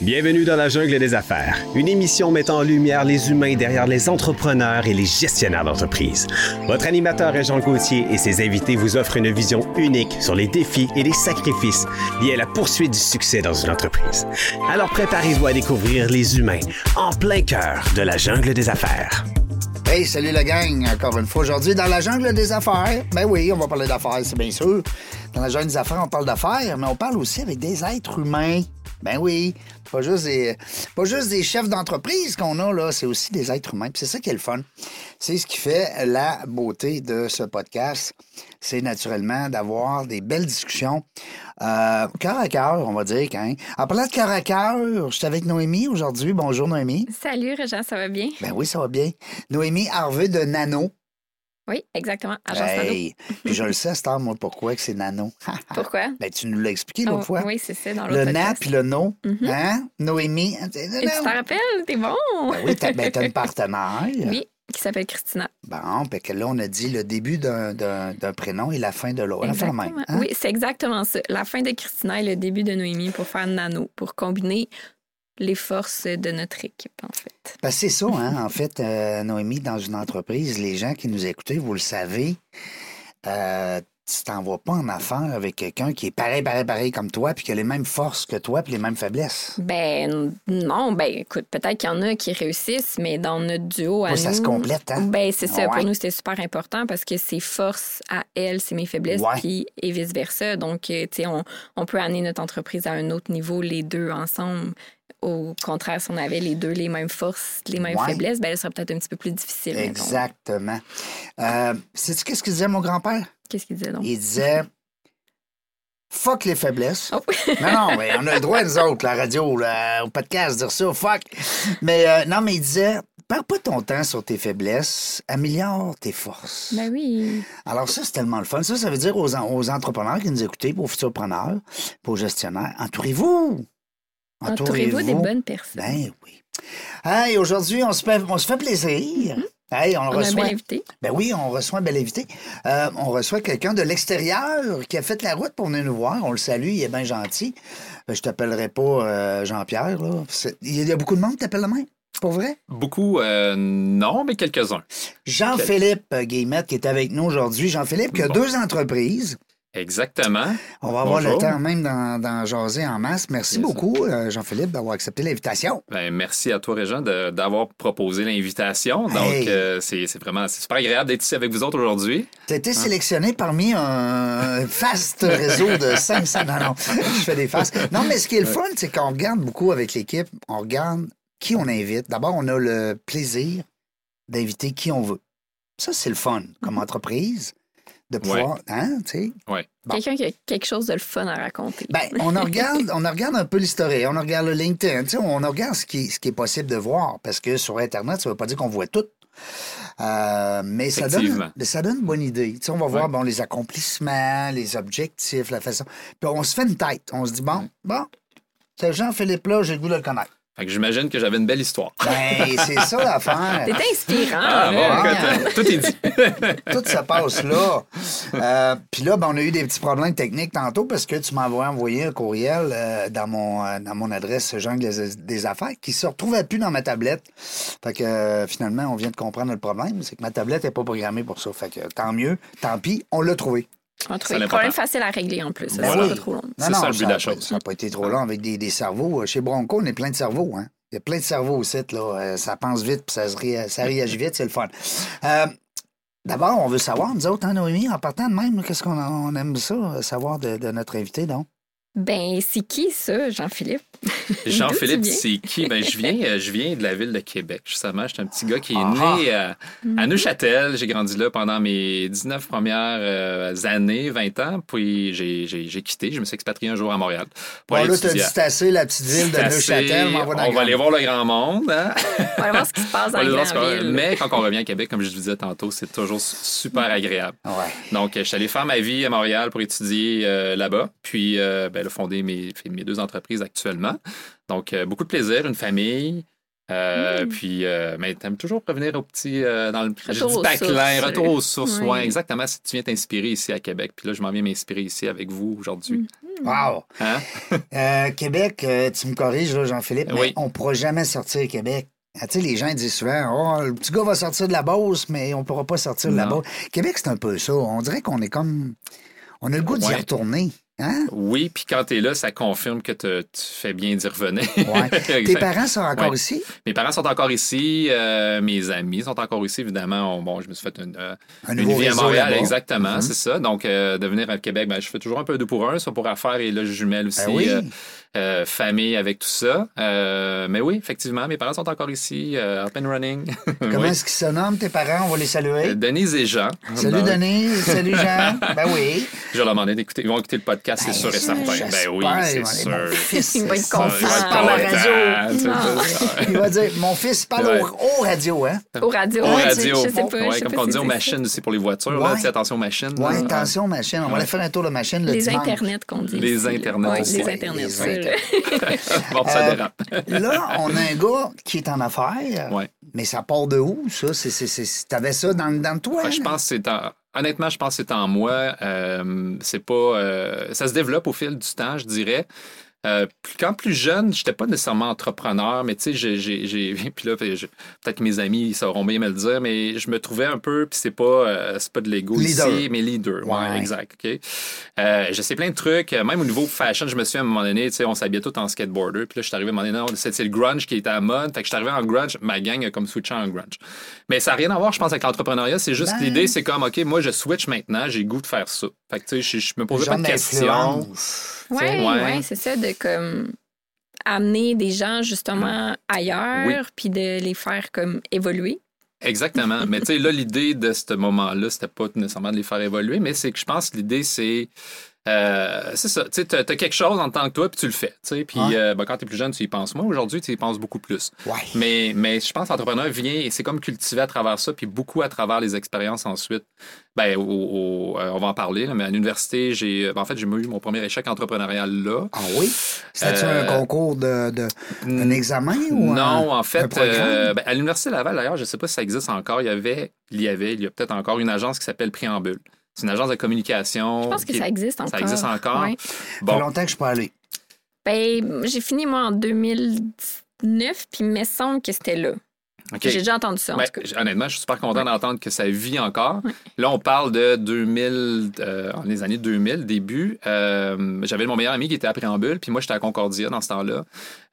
Bienvenue dans la jungle des affaires, une émission mettant en lumière les humains derrière les entrepreneurs et les gestionnaires d'entreprise. Votre animateur est Jean Gauthier et ses invités vous offrent une vision unique sur les défis et les sacrifices liés à la poursuite du succès dans une entreprise. Alors préparez-vous à découvrir les humains en plein cœur de la jungle des affaires. Hey, salut le gang, encore une fois aujourd'hui dans la jungle des affaires. Ben oui, on va parler d'affaires, c'est bien sûr. Dans la jungle des affaires, on parle d'affaires, mais on parle aussi avec des êtres humains. Ben oui, pas juste des, pas juste des chefs d'entreprise qu'on a là, c'est aussi des êtres humains. Puis c'est ça qui est le fun. C'est ce qui fait la beauté de ce podcast, c'est naturellement d'avoir des belles discussions euh, cœur à cœur, on va dire. Hein. En parlant de cœur à cœur, je suis avec Noémie aujourd'hui. Bonjour Noémie. Salut Régent, ça va bien? Ben oui, ça va bien. Noémie Harvey de Nano. Oui, exactement. Agence Nano. Hey! Puis je le sais, Star, moi, pourquoi que c'est Nano. Pourquoi? ben, tu nous l'as expliqué l'autre Oh, fois. Oui, c'est ça, dans l'autre Le na podcast. Mhm. Hmm? puis le no. Hein? Noémie. hein, t'sais, Et tu non. t'en rappelles? T'es bon! Ben oui, t'as ben, t'as une partenaire. Oui, qui s'appelle Christina. Bon, puis que là, on a dit le début d'un- d'un d'un prénom et la fin de l'autre. La fin de même. hein? Exactement. Oui, c'est exactement ça. La fin de Christina et le début de Noémie pour faire Nano, pour combiner les forces de notre équipe, en fait. Parce que c'est ça, hein, en fait, euh, Noémie, dans une entreprise, les gens qui nous écoutent, vous le savez, euh, tu t'en vas pas en affaire avec quelqu'un qui est pareil, pareil, pareil comme toi, puis qui a les mêmes forces que toi, puis les mêmes faiblesses. Ben non, ben écoute, peut-être qu'il y en a qui réussissent, mais dans notre duo à Moi, nous... ça se complète, hein? Ben c'est ça. Ouais. Pour nous, c'était super important parce que ses forces à elle, c'est mes faiblesses, Ouais. puis et vice versa. Donc, euh, tu sais, on, on peut amener notre entreprise à un autre niveau les deux ensemble. Au contraire, si on avait les deux les mêmes forces, les mêmes Ouais. faiblesses, ben elle serait peut-être un petit peu plus difficile. mettons. Exactement. Euh, Sais-tu qu'est-ce qu'il disait mon grand-père? Qu'est-ce qu'il disait donc? Il disait Fuck les faiblesses. Oh. Non, non, mais on a le droit, nous autres, la radio, là, au podcast, dire ça, fuck. Mais euh, non, mais il disait Perds pas ton temps sur tes faiblesses, améliore tes forces. Ben oui. Alors, ça, c'est tellement le fun. Ça, ça veut dire aux, en- aux entrepreneurs qui nous écoutez, puis aux futurs preneurs, puis aux gestionnaires entourez-vous. Entourez-vous des bonnes personnes. Ben oui. Hey, aujourd'hui, on se fait, on se fait plaisir. Hey, on, Mm-hmm. on a un reçoit. bel invité. Ben oui, on reçoit un bel invité. Euh, on reçoit quelqu'un de l'extérieur qui a fait la route pour venir nous voir. On le salue, il est bien gentil. Euh, Je t'appellerai pas euh, Jean-Pierre. là. C'est- Il y a beaucoup de monde qui t'appelle la main, pour vrai. Beaucoup, euh, non, mais quelques-uns. Jean-Philippe Guillemette qui est avec nous aujourd'hui. Jean-Philippe qui a Bon. deux entreprises. Exactement. On va avoir le Bonjour. temps même d'en d'en jaser en masse. Merci Yes. beaucoup, euh, Jean-Philippe, d'avoir accepté l'invitation. Ben, merci à toi, Régent, de- d'avoir proposé l'invitation. Donc, Hey. euh, c'est c'est vraiment c'est super agréable d'être ici avec vous autres aujourd'hui. Tu as été sélectionné parmi un vaste réseau de 500. Non, non, je fais des faces. Non, mais ce qui est le fun, c'est qu'on regarde beaucoup avec l'équipe. On regarde qui on invite. D'abord, on a le plaisir d'inviter qui on veut. Ça, c'est le fun comme entreprise de pouvoir. Hein, tu sais. Bon. Quelqu'un qui a quelque chose de le fun à raconter. Ben, on en regarde, on en regarde un peu l'historique, on en regarde le LinkedIn, tu sais, on en regarde ce qui, ce qui est possible de voir, parce que sur Internet, ça ne veut pas dire qu'on voit tout. Euh, mais ça donne, Effectivement. mais ça donne une bonne idée. Tu sais, on va voir bon, les accomplissements, les objectifs, la façon. Puis on se fait une tête. On se dit, bon, bon, ce Jean-Philippe-là, j'ai le goût de le connaître. Fait que j'imagine que j'avais une belle histoire. Ben, c'est ça l'affaire. T'es inspirant. Ah, là. bon, écoute, euh, tout est dit. Tout se passe là. Euh, Puis là, ben, on a eu des petits problèmes techniques tantôt parce que tu m'avais envoyé un courriel euh, dans, mon, euh, dans mon adresse Jean des, des Affaires qui se retrouvait plus dans ma tablette. Fait que euh, finalement, on vient de comprendre le problème. C'est que ma tablette n'est pas programmée pour ça. Fait que tant mieux, tant pis, on l'a trouvé. On C'est trouve le l'important. problème facile à régler en plus. Ça, Ben c'est oui. pas trop long. Non, C'est non, ça, le but de la a pas- chose. Ça n'a pas été trop long avec des, des cerveaux. Euh, Chez Bronco, on est plein de cerveaux. Hein? Il y a plein de cerveaux au site. Là. Euh, Ça pense vite, puis ça, se ré- ça réagit vite. C'est le fun. Euh, D'abord, on veut savoir, nous autres, hein, Noémie, en partant de même, qu'est-ce qu'on on aime ça, euh, savoir de, de notre invité, donc? Ben, c'est qui ça, Jean-Philippe? Jean-Philippe, D'où tu viens? c'est qui? Ben, je viens, euh, je viens de la ville de Québec, justement. J'étais un petit gars qui est Ah. né euh, à Neuchâtel. J'ai grandi là pendant mes 19 premières euh, années, 20 ans. Puis j'ai- j'ai j'ai quitté. Je me suis expatrié un jour à Montréal. pour bon, aller là, t'as dit étudier. c'est assez, la petite ville de C'est assez. Neuchâtel, on va dans On le va aller grand- voir le grand monde. hein? On va voir ce qui se passe dans On va aller voir la ce qu'on- ville. Mm. Mais quand on revient à Québec, comme je disais tantôt, c'est toujours su- super agréable. Ouais. Donc, je suis allé faire ma vie à Montréal pour étudier euh, là-bas, puis euh, ben, là, fonder mes, mes deux entreprises actuellement. Donc, euh, beaucoup de plaisir, une famille, Euh, Puis, euh, mais tu aimes toujours revenir au petit. euh, dans le j'ai Mm. Retour dit aux backline, sources. retour aux sources. Oui. Oui, exactement. Si tu viens t'inspirer ici à Québec. Puis là, je m'en viens m'inspirer ici avec vous Mm. aujourd'hui. Wow! Hein? Euh, Québec, euh, tu me corriges, là, Jean-Philippe, mais Oui. on ne pourra jamais sortir Québec. Ah, tu sais, les gens disent souvent, oh, le petit gars va sortir de la Beauce, mais on ne pourra pas sortir de la Non. Beauce. Québec, c'est un peu ça. On dirait qu'on est comme. On a le goût d'y Ouais. retourner. Ah. Hein? Oui, puis quand tu es là, ça confirme que te- tu fais bien d'y revenir. Ouais. Tes Exact. parents sont encore Ouais. ici? Mes parents sont encore ici, euh, mes amis sont encore ici, évidemment. On- bon, je me suis fait une, euh, Un une vie à réseau Montréal, là-bas. exactement, Mhm. c'est ça. Donc, euh, de venir à Québec, ben, je fais toujours un peu deux pour un, ça pour affaires et là, jumelles aussi, Ben oui. euh, euh, famille avec tout ça. Euh, mais oui, effectivement, mes parents sont encore ici, euh, up and running. Comment Oui. est-ce qu'ils se nomment, tes parents? On va les Euh, saluer. Denise et Jean. Salut Ben, Denise, salut Jean. Ben oui. Je leur demandais d'écouter. Ils vont écouter le podcast, c'est sûr et certain. Ben oui, c'est Mon sûr. fils, Il va être c'est Ah, content. ça, ils vont être par la contents, radio. tu sais, Non. c'est ça. Il va dire, mon fils parle Ah. Ouais. au, au radio, hein? Au radio. Au ouais, tu- radio. Je sais pas. Ouais, je sais comme pas on si dit c'est aux ça. machines aussi pour les voitures. là, Ouais. tu sais, attention aux machines. Ouais, là. attention, machine. On va Ouais. aller faire un tour de machine le Les dimanche. internets qu'on dit. Les ici, là. internets Ouais, aussi. les internets. Les ça, internets. bon, ça Euh, dérape. Là, on a un gars qui est en affaires, Ouais. mais ça part de où, ça? C'est- c'est- c'est- T'avais ça dans, dans toi? Ouais, je pense que c'est en- Honnêtement, je pense que c'est en moi. Euh, c'est pas. euh, Ça se développe au fil du temps, je dirais. Euh, plus- quand plus jeune, j'étais pas nécessairement entrepreneur, mais tu sais, j'ai- j'ai, j'ai- puis là, je- peut-être que mes amis ils sauront bien me le dire, mais je me trouvais un peu, puis c'est pas, euh, c'est pas de l'ego Leader. ici, mais leader. Ouais, Ouais. exact. ok. Euh, je sais plein de trucs, euh, même au niveau fashion, je me suis à un moment donné, tu sais, on s'habillait tous en skateboarder, puis là, je suis arrivé à un moment donné, non, c'est c'est le grunge qui était à la mode, fait que je suis arrivé en grunge, ma gang a comme switché en grunge. Mais ça n'a rien à voir, je pense, avec l'entrepreneuriat, c'est juste Ben. que l'idée, c'est comme, OK, moi, je switch maintenant, j'ai le goût de faire ça. Fait que tu sais, je, je me posais Genre pas de questions. d'influence. Oui, sais, ouais, ouais. ouais, c'est ça, de comme amener des gens justement ailleurs, Oui. puis de les faire comme évoluer. Exactement. mais tu sais, là, l'idée de ce moment-là, c'était pas nécessairement de les faire évoluer, mais c'est que je pense que l'idée, c'est. euh, c'est ça, tu sais, t'as t'as quelque chose en tant que toi, puis tu le fais. tu sais. Puis Ouais. euh, ben, quand t'es plus jeune, tu y penses moins. Aujourd'hui, tu y penses beaucoup plus. Ouais. Mais, mais je pense que l'entrepreneur vient et c'est comme cultivé à travers ça, puis beaucoup à travers les expériences ensuite. Ben, au- au- euh, on va en parler, là, mais à l'université, j'ai ben, en fait, j'ai eu mon premier échec entrepreneurial là. Ah oui? C'était-tu Euh, un concours de, de- un examen ou un- Non, en un fait, programme? euh, ben, à l'Université Laval, d'ailleurs, je ne sais pas si ça existe encore, il y avait, il y avait, il y a peut-être encore une agence qui s'appelle Préambule. C'est une agence de communication. Je pense que qui- ça existe encore. ça existe encore. Ouais. Ça fait Bon, longtemps que je suis pas allé. Ben, j'ai fini moi en 2019, puis il me semble que c'était là. OK. J'ai déjà entendu ça, en Ben, tout cas. j- honnêtement, je suis super content d'entendre que ça vit encore. Là, on parle de 2000, euh, en les années 2000, début. Euh, J'avais mon meilleur ami qui était à Préambule, puis moi, j'étais à Concordia dans ce temps-là.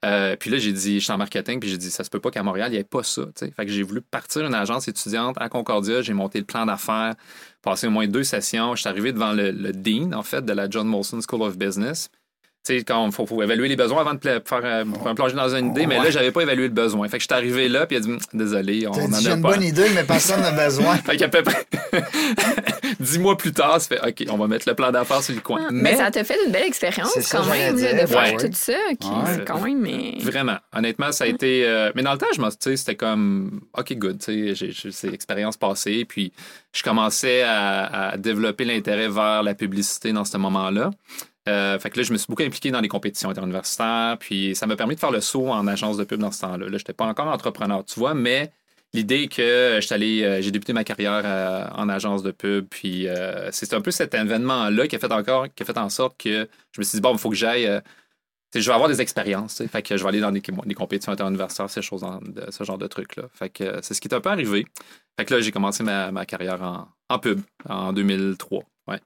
Euh, puis là, j'ai dit, je suis en marketing, puis j'ai dit, ça se peut pas qu'à Montréal, il n'y ait pas ça. tu sais. Fait que j'ai voulu partir une agence étudiante à Concordia. J'ai monté le plan d'affaires, passé au moins deux sessions. Je suis arrivé devant le, le dean, en fait, de la John Molson School of Business. Tu sais, quand il faut, faut évaluer les besoins avant de pla- faire, euh, plonger dans une idée, mais là, j'avais pas évalué le besoin. Fait que je suis arrivé là, puis il a dit, désolé, on T'as en dit, j'ai a une pas. bonne idée, mais personne n'a besoin. Fait qu'à peu près dix mois plus tard, c'est fait OK, on va mettre le plan d'affaires sur le coin. Ah, Mais, Mais, ça t'a fait une belle expérience C'est ça, quand j'allais même, là, dire, de faire ouais. tout ça. qui- Ouais. c'est quand même, mais... vraiment, honnêtement, ça a été. euh, mais dans le temps, je m'en tu sais, c'était comme OK, good. tu sais, J'ai j'ai- c'est expérience passée. Puis je commençais à, à développer l'intérêt vers la publicité dans ce moment-là. Euh, fait que là, je me suis beaucoup impliqué dans les compétitions interuniversitaires. Puis ça m'a permis de faire le saut en agence de pub dans ce temps-là. Là, je n'étais pas encore entrepreneur, tu vois, mais l'idée que je suis allé, euh, j'ai débuté ma carrière euh, en agence de pub. Puis euh, c'est un peu cet événement-là qui a fait encore, qui a fait en sorte que je me suis dit, bon, il faut que j'aille. euh, tu sais, je vais avoir des expériences. tu sais. Fait que je vais aller dans des, des compétitions interuniversitaires, ces choses dans- de- ce genre de trucs-là. Fait que euh, c'est ce qui est un peu arrivé. Fait que là, j'ai commencé ma, ma carrière en, en pub en 2003. Ouais.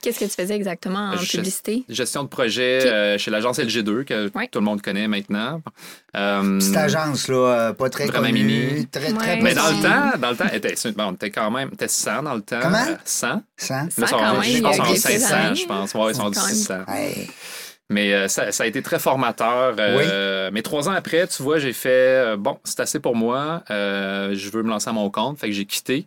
Qu'est-ce que tu faisais exactement en Je- publicité? Gestion de projet Ok. euh, chez l'agence LG2 que Ouais. tout le monde connaît maintenant. Euh, Cette agence, là, euh, pas très Vraiment connue, mini. très, très Ouais. mais dans le Oui. petite. temps, dans le temps, était, bon, on était quand même était 100 dans le temps. Comment? Euh, 100. Ça? Ça, sont- quand même, je il y pense a sont quelques 500, années. je pense. Ouais, ils sont Quand du même. 600. Hey, Mais euh, ça, ça a été très formateur. Euh, Mais trois ans après, tu vois, j'ai fait euh, bon, c'est assez pour moi. euh, je veux me lancer à mon compte, fait que j'ai quitté.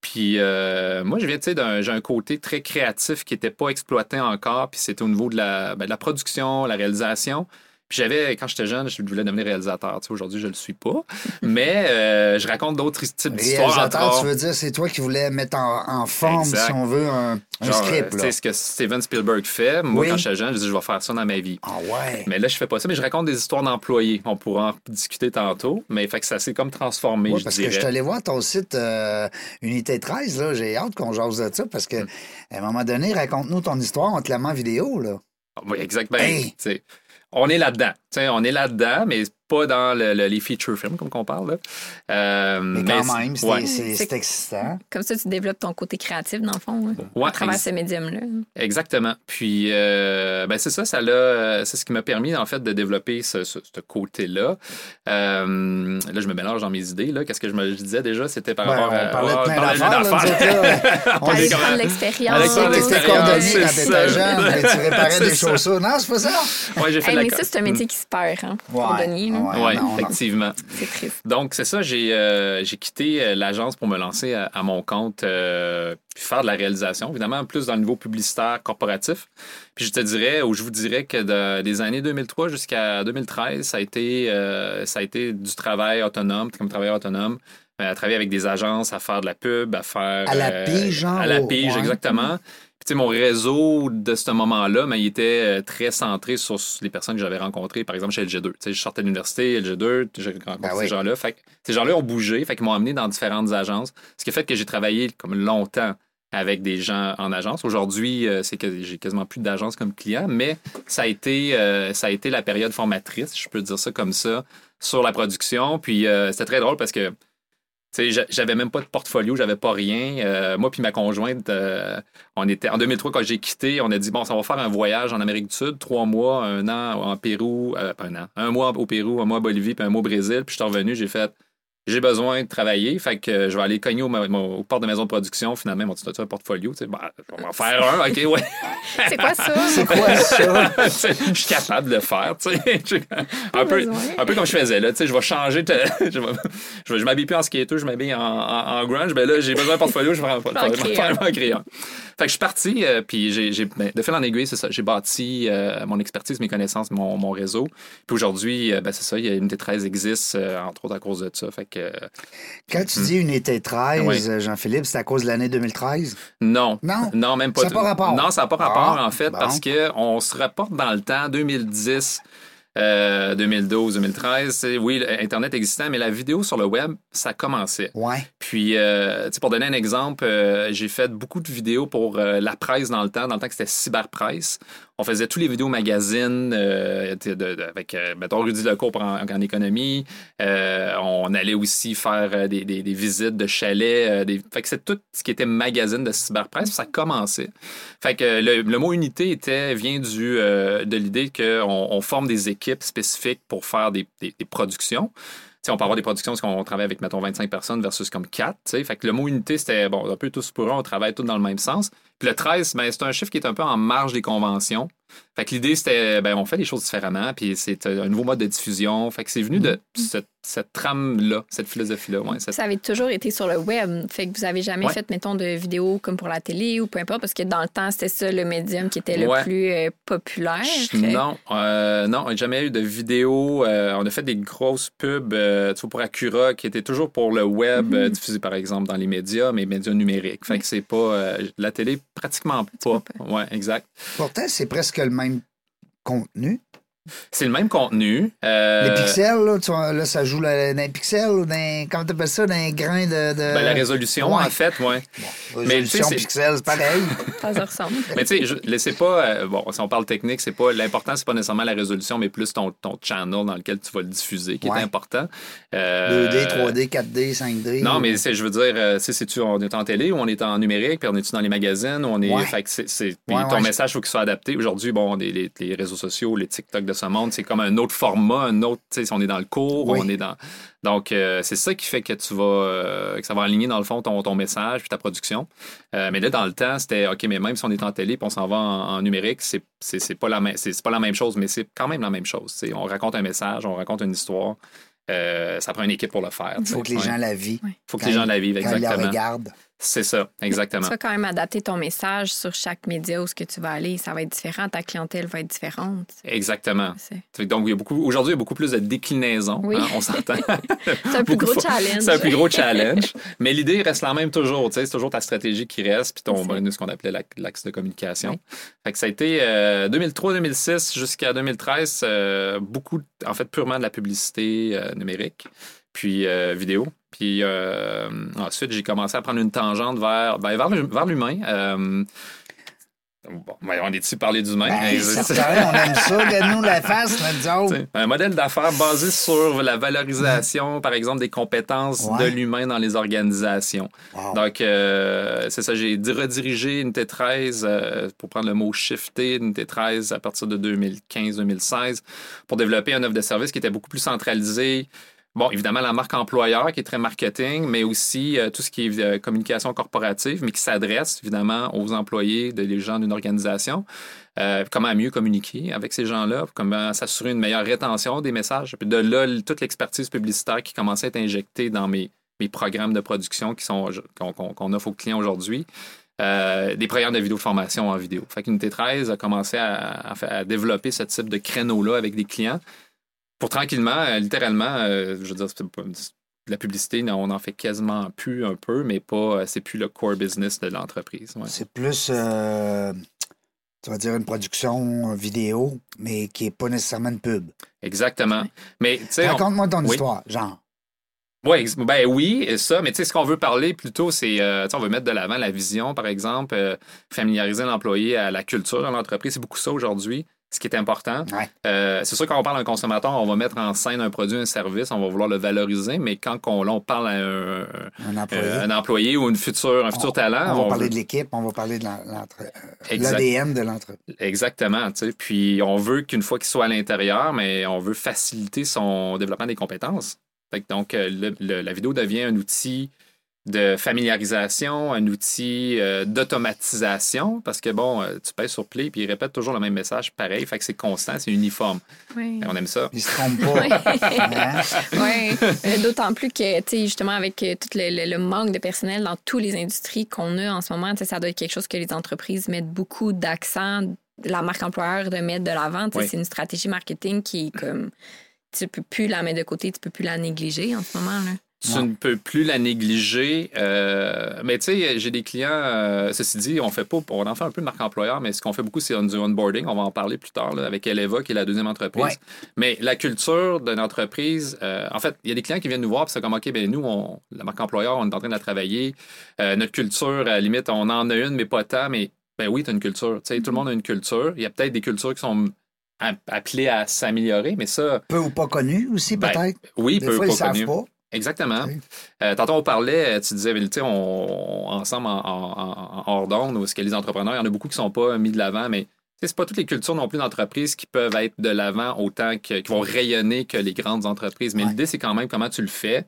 Puis euh, moi, je viens, tu sais, d'un- j'ai un côté très créatif qui n'était pas exploité encore. Puis c'était au niveau de la, ben, de la production, la réalisation. Puis j'avais, quand j'étais jeune, je voulais devenir réalisateur. Tu sais, aujourd'hui, je le suis pas. Mais euh, je raconte d'autres types d'histoires. Réalisateur, entre tu veux dire, c'est toi qui voulais mettre en, en forme, Exact. si on veut, un, un Genre, euh, script. tu Là. sais, ce que Steven Spielberg fait. Moi, Oui. quand j'étais jeune, je dis, je vais faire ça dans ma vie. Ah ouais. Mais là, je fais pas ça, mais je raconte des histoires d'employés. On pourra en discuter tantôt, mais fait que ça s'est comme transformé, Ouais, je parce dirais. que je suis allé voir ton site euh, Unité 13, là. J'ai hâte qu'on jase de ça parce que, Hmm. à un moment donné, raconte-nous ton histoire en te l'amant vidéo, là. Ah, Oui, exactement. Hey! Tu sais, On est là-dedans. Tu sais, on est là-dedans, mais pas dans le- le- les feature films, comme on parle. là. Euh, Mais quand même, c'est ouais, c'est- C'est- c'est excitant. Comme ça, tu développes ton côté créatif, dans le fond, hein, Ouais, à travers ex- ce médium-là. exactement. Puis, euh, ben, c'est ça, ça l'a, euh, c'est ce qui m'a permis, en fait, de développer ce, ce- ce côté-là. Euh, là, je me mélange dans mes idées. là. Qu'est-ce que je me je disais déjà? C'était par Ben, rapport à. Ah, on parlait de Euh, ouais, plein on parlait d'affaires, là, d'affaires. vous êtes là. On Allez, Aller est- quand prendre même. l'expérience. on Avec sait que t'étais l'expérience, cordonnier quand c'est t'étais ça. jeune, mais tu réparais C'est des ça. chaussures. Non, c'est pas ça. Ouais, j'ai fait Hey, de la mais co- Hmm. ça, c'est un métier qui se perd, hein, Ouais, cordonnier, là. ouais. Oui, non, non. effectivement. C'est triste. Donc, c'est ça, j'ai euh, j'ai quitté euh, l'agence pour me lancer à, à mon compte, euh, puis faire de la réalisation, évidemment, plus dans le niveau publicitaire corporatif. Puis je te dirais, ou je vous dirais que de- des années 2003 jusqu'à 2013, ça a, été, euh, ça a été du travail autonome, comme travailleur autonome, euh, à travailler avec des agences, à faire de la pub, à faire... À la euh, pige, genre, À la au- pige, ouais. exactement. Puis, tu sais, mon réseau de ce moment-là, mais il était euh, très centré sur les personnes que j'avais rencontrées, par exemple chez LG2. Tu sais, je sortais de l'université, LG2, j'ai rencontré Ben ces oui. gens-là. Fait que ces gens-là ont bougé, fait qu'ils m'ont amené dans différentes agences, ce qui a fait que j'ai travaillé comme longtemps avec des gens en agence. Aujourd'hui, euh, c'est que j'ai quasiment plus d'agence comme client, mais ça a été euh, ça a été la période formatrice, je peux dire ça comme ça, sur la production. Puis euh, c'était très drôle parce que tu sais, j'a- j'avais même pas de portfolio, j'avais pas rien. Euh, moi puis ma conjointe, euh, on était en 2003 quand j'ai quitté, on a dit bon, ça va faire un voyage en Amérique du Sud, trois mois, un an en Pérou, euh, pas un an, un mois au Pérou, un mois en Bolivie, puis un mois au Brésil. Puis je suis revenu, j'ai fait j'ai besoin de travailler, fait que euh, je vais aller cogner au, ma- mon- au port de maison de production. Finalement, ils m'ont dit T'as-tu un portfolio Tu sais, Ben, je vais en faire un, ok, ouais. C'est quoi ça? C'est quoi ça? Tu sais, je suis capable de le faire, tu sais. un, peu, besoin. un peu comme je faisais, là, tu sais, je vais changer, de- je, vais- je vais- je m'habille plus en skater, je m'habille en, en, en grunge, mais là, j'ai besoin d'un portfolio, je vais en, en créer un. faire un crayon. Fait que je suis parti, euh, puis j'ai, j'ai- ben, de fil en aiguille, c'est ça, j'ai bâti euh, mon expertise, mes connaissances, mon, mon réseau. Puis aujourd'hui, euh, ben, c'est ça, il y a une des 13 existe, euh, entre autres à cause de ça, fait que... euh, Quand tu dis Unité 13, Ah Ouais. euh, Jean-Philippe, c'est à cause de l'année 2013? Non. Non? Non, même pas. Ça n'a pas rapport. Non, ça n'a pas rapport, Ah, en fait, bon. parce qu'on se rapporte dans le temps, 2010, euh, 2012, 2013. c'est- Oui, Internet existant, mais la vidéo sur le web, ça commençait. Ouais. Puis, euh, tu sais, pour donner un exemple, euh, j'ai fait beaucoup de vidéos pour euh, la presse dans le temps, dans le temps que c'était Cyberpresse. On faisait tous les vidéos magazines euh, tu sais, de- de- avec, euh, mettons, Rudy Lecourt en, en économie. Euh, on allait aussi faire euh, des, des- des visites de chalets. euh, des... Fait que c'est tout ce qui était magazine de Cyberpresse. Ça commençait. Fait que euh, le, le mot unité était, vient du, euh, de l'idée qu'on on forme des équipes spécifiques pour faire des, des- des productions. Tu sais, on peut avoir des productions parce qu'on travaille avec, mettons, 25 personnes versus comme 4. tu sais. Fait que le mot unité, c'était bon, un peu tous pour un, on travaille tous dans le même sens. Puis le 13, ben, c'est un chiffre qui est un peu en marge des conventions. Fait que l'idée, c'était, ben, on fait les choses différemment, puis c'est euh, un nouveau mode de diffusion. Fait que c'est venu de cette, cette trame-là, cette philosophie-là. Ouais, cette- Ça avait toujours été sur le web. Fait que vous avez jamais Ouais. fait, mettons, de vidéos comme pour la télé ou peu importe, parce que dans le temps, c'était ça le médium qui était le Ouais. plus euh, Ah, populaire. Non, euh, non, on n'a jamais eu de vidéo. Euh, on a fait des grosses pubs, euh, tu vois, pour Acura, qui étaient toujours pour le web, Mhm. euh, diffusé par exemple dans les médias, mais médias numériques. Fait que c'est pas euh, la télé, pratiquement pas. Ouais, exact. Pourtant, c'est presque le même contenu. C'est le même contenu. euh, Les pixels, là, tu vois, là, ça joue la- dans les pixels ou dans, les- comment t'appelles ça, dans les grains de... de... ben, la résolution, Ouais. en fait, ouais. Bon, Mais, tu sais, résolution c'est- pixels, c'est pareil. Ça se ressemble. Mais tu sais, je- laissez pas. euh, bon, si on parle technique, c'est pas. L'important, c'est pas nécessairement la résolution, mais plus ton, ton channel dans lequel tu vas le diffuser, qui Ouais. est important. Euh, 2D, 3D, 4D, 5D. Non, mais c'est- je veux dire, euh, tu sais, c'est-tu, on est en télé ou on est en numérique, puis on est-tu dans les magazines, ou on est. Ouais. Fait que c'est, c'est- puis Ouais, ton ouais. message, faut qu'il soit adapté. Aujourd'hui, bon, les, les- les réseaux sociaux, les TikTok de ce monde, c'est comme un autre format, un autre. Tu sais, si on est dans le cours, Oui. on est dans. Donc, euh, c'est ça qui fait que tu vas. euh, que ça va aligner, dans le fond, ton, ton message, puis ta production. Euh, mais là, dans le temps, c'était OK, mais même si on est en télé, puis on s'en va en, en numérique, c'est, c'est, c'est pas la même, c'est, c'est pas la même chose, mais c'est quand même la même chose. tu sais. On raconte un message, on raconte une histoire. Euh, ça prend une équipe pour le faire. Il faut que les gens la vivent. faut que Quand les gens ils- la vivent, Quand ils la exactement. regardent. C'est ça, exactement. Tu vas quand même adapter ton message sur chaque média où ce que tu vas aller. Ça va être différent. Ta clientèle va être différente. Exactement. C'est Fait que Donc, il y a beaucoup, aujourd'hui, il y a beaucoup plus de déclinaisons. Oui. hein, on s'entend. c'est un plus Beaucoup gros fo- challenge. C'est un plus gros challenge. Mais l'idée reste la même toujours. tu sais, C'est toujours ta stratégie qui reste, puis ton, C'est ça. ben, nous, ce qu'on appelait l'ac- l'axe de communication. Oui. Fait que ça a été euh, 2003-2006 jusqu'à 2013, euh, beaucoup, en fait, purement de la publicité euh, numérique, puis euh, vidéo. Puis euh, ensuite, j'ai commencé à prendre une tangente vers, ben, vers, l'hu- vers l'humain. Euh, bon, ben, on est ici pour parler d'humain. Ben, mais c'est- certain, on aime ça, donne-nous la face, notre tu disons. sais, Un modèle d'affaires basé sur la valorisation, par exemple, des compétences Hmm. Ouais. de l'humain dans les organisations. Wow. Donc, euh, c'est ça, j'ai redirigé une T13, euh, pour prendre le mot shifter, une T13 à partir de 2015-2016, pour développer une offre de service qui était beaucoup plus centralisée. Bon, évidemment, la marque employeur qui est très marketing, mais aussi euh, tout ce qui est euh, communication corporative, mais qui s'adresse évidemment aux employés, de- des gens d'une organisation. Euh, comment mieux communiquer avec ces gens-là, comment s'assurer une meilleure rétention des messages. Puis de là, l- toute l'expertise publicitaire qui commençait à être injectée dans mes, mes programmes de production qui sont qu'on qu'on- qu'on offre aux clients aujourd'hui. Euh, des programmes de vidéo de formation en vidéo. Fait qu'Unité 13 a commencé à, à fa- à développer ce type de créneau-là avec des clients pour tranquillement, euh, littéralement, euh, je veux dire, c'est pas- c'est- la publicité, non, on en fait quasiment plus un peu, mais pas, euh, c'est plus le core business de l'entreprise. ouais. C'est plus, euh, tu vas dire, une production vidéo, mais qui n'est pas nécessairement une pub. Exactement. Mais tu sais, on- Raconte-moi ton Oui. histoire, genre. Ouais, ex- ben oui, et ça, mais tu sais, ce qu'on veut parler plutôt, c'est, euh, tu sais, on veut mettre de l'avant la vision, par exemple, euh, familiariser l'employé à la culture de l'entreprise, c'est beaucoup ça aujourd'hui, ce qui est important. Ouais. Euh, c'est sûr, quand on parle à un consommateur, on va mettre en scène un produit, un service, on va vouloir le valoriser, mais quand on, là, on parle à un, un- Un employé. un employé ou une future, un futur talent, on va Euh, on parler veut- de l'équipe, on va parler de l'en- l'entre- Exact. l'ADN de l'entreprise. Exactement, tu sais. Puis on veut qu'une fois qu'il soit à l'intérieur, mais on veut faciliter son développement des compétences. Fait que donc, euh, le- le- la vidéo devient un outil de familiarisation, un outil euh, d'automatisation, parce que bon, euh, tu pèses sur play puis il répète toujours le même message pareil, fait que c'est constant, c'est uniforme. Oui. Et on aime ça. Ils se trompent pas. Hein? Oui, d'autant plus que, tu sais, justement, avec euh, tout le, le- le manque de personnel dans toutes les industries qu'on a en ce moment, tu sais, ça doit être quelque chose que les entreprises mettent beaucoup d'accent, la marque employeur de mettre de l'avant. Tu sais, Oui. C'est une stratégie marketing qui est comme, tu peux plus la mettre de côté, tu peux plus la négliger en ce moment. Là. Tu Ouais. ne peux plus la négliger. euh, mais tu sais, j'ai des clients, euh, ceci dit, on fait pas, on en fait un peu de marque employeur, mais ce qu'on fait beaucoup, c'est on- du onboarding. On va en parler plus tard là, avec Eleva, qui est la deuxième entreprise. Ouais. Mais la culture d'une entreprise, euh, en fait, il y a des clients qui viennent nous voir et c'est comme, OK, ben nous, on, la marque employeur, on est en train de la travailler. Euh, notre culture, à la limite, on en a une, mais pas tant. Mais ben oui, tu as une culture. Tu sais, Mm-hmm. tout le monde a une culture. Il y a peut-être des cultures qui sont a- appelées à s'améliorer, mais ça, Peu ou pas connu aussi, Ben, peut-être. oui, Des peu fois, ils pas ne savent connu. pas. Exactement. Tu sais. Euh, tantôt, on parlait, euh, tu disais, mais, tu sais, on, on- ensemble en, en, en- en hors d'onde, où est-ce que les entrepreneurs, il y en a beaucoup qui sont pas mis de l'avant, mais tu sais, c'est pas toutes les cultures non plus d'entreprises qui peuvent être de l'avant autant que, qui vont rayonner que les grandes entreprises. Mais Ouais. l'idée, c'est quand même comment tu le fais,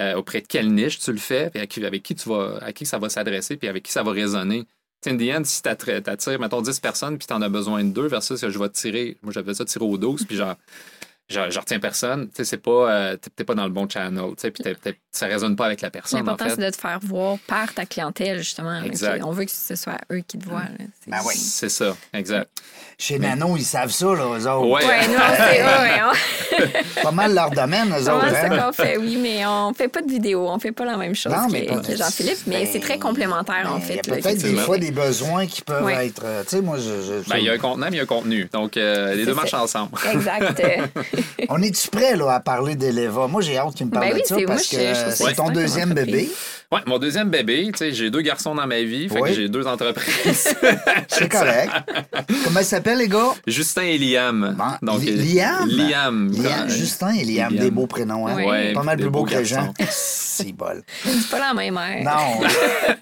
euh, auprès de quelle niche tu le fais, puis à qui- avec qui tu vas, à qui ça va s'adresser, puis avec qui ça va résonner. Tu sais, in the end, si t'attra- t'attires, mettons, 10 personnes, puis t'en as besoin de deux, versus que je vais te tirer, moi j'appelle ça tirer aux 12, puis genre, je je retiens personne, tu sais, c'est pas, euh, t'es- t'es pas dans le bon channel, tu sais, puis t'es- t'es- ça résonne pas avec la personne, en L'important, fait. c'est de te faire voir par ta clientèle, justement. là, Exact. tu sais. On veut que ce soit eux qui te voient. là. C'est- Ben oui. C'est ça, exact. Chez Nano, ils savent ça, là, eux autres. Ouais. Ouais, nous, on sait, ouais, on- Pas mal leur domaine, eux Comment autres. ça hein? qu'on fait? Oui, mais on fait pas de vidéo, on fait pas la même chose Non, mais pas que, que de- Jean-Philippe, mais Ben, c'est très complémentaire en Ben, Il y fait. a là, peut-être des effectivement. fois des besoins qui peuvent Ouais. être. euh, Tu sais, moi, je. je- Ben, il y a un contenant, mais il y a un contenu. Donc, euh, les C'est deux ça. marchent ensemble. Exact. Euh, On est-tu prêt, là, à parler d'Eleva? Moi, j'ai hâte qu'ils me parlent Ben de oui, ça c'est- moi, parce je- je trouve que ça c'est ton fascinant deuxième comme bébé. Ouais, mon deuxième bébé, tu sais, j'ai deux garçons dans ma vie, fait Ouais. que j'ai deux entreprises. C'est correct. Comment il s'appelle, les gars? Justin et Liam. Bon, Donc, Li- euh, Liam? Liam. Liam, quand- Justin et Liam, Liam. des beaux prénoms, hein? Ouais. Ouais, Pas mal des plus beaux beaux que les gens. garçons. C'est bol. C'est pas la même heure.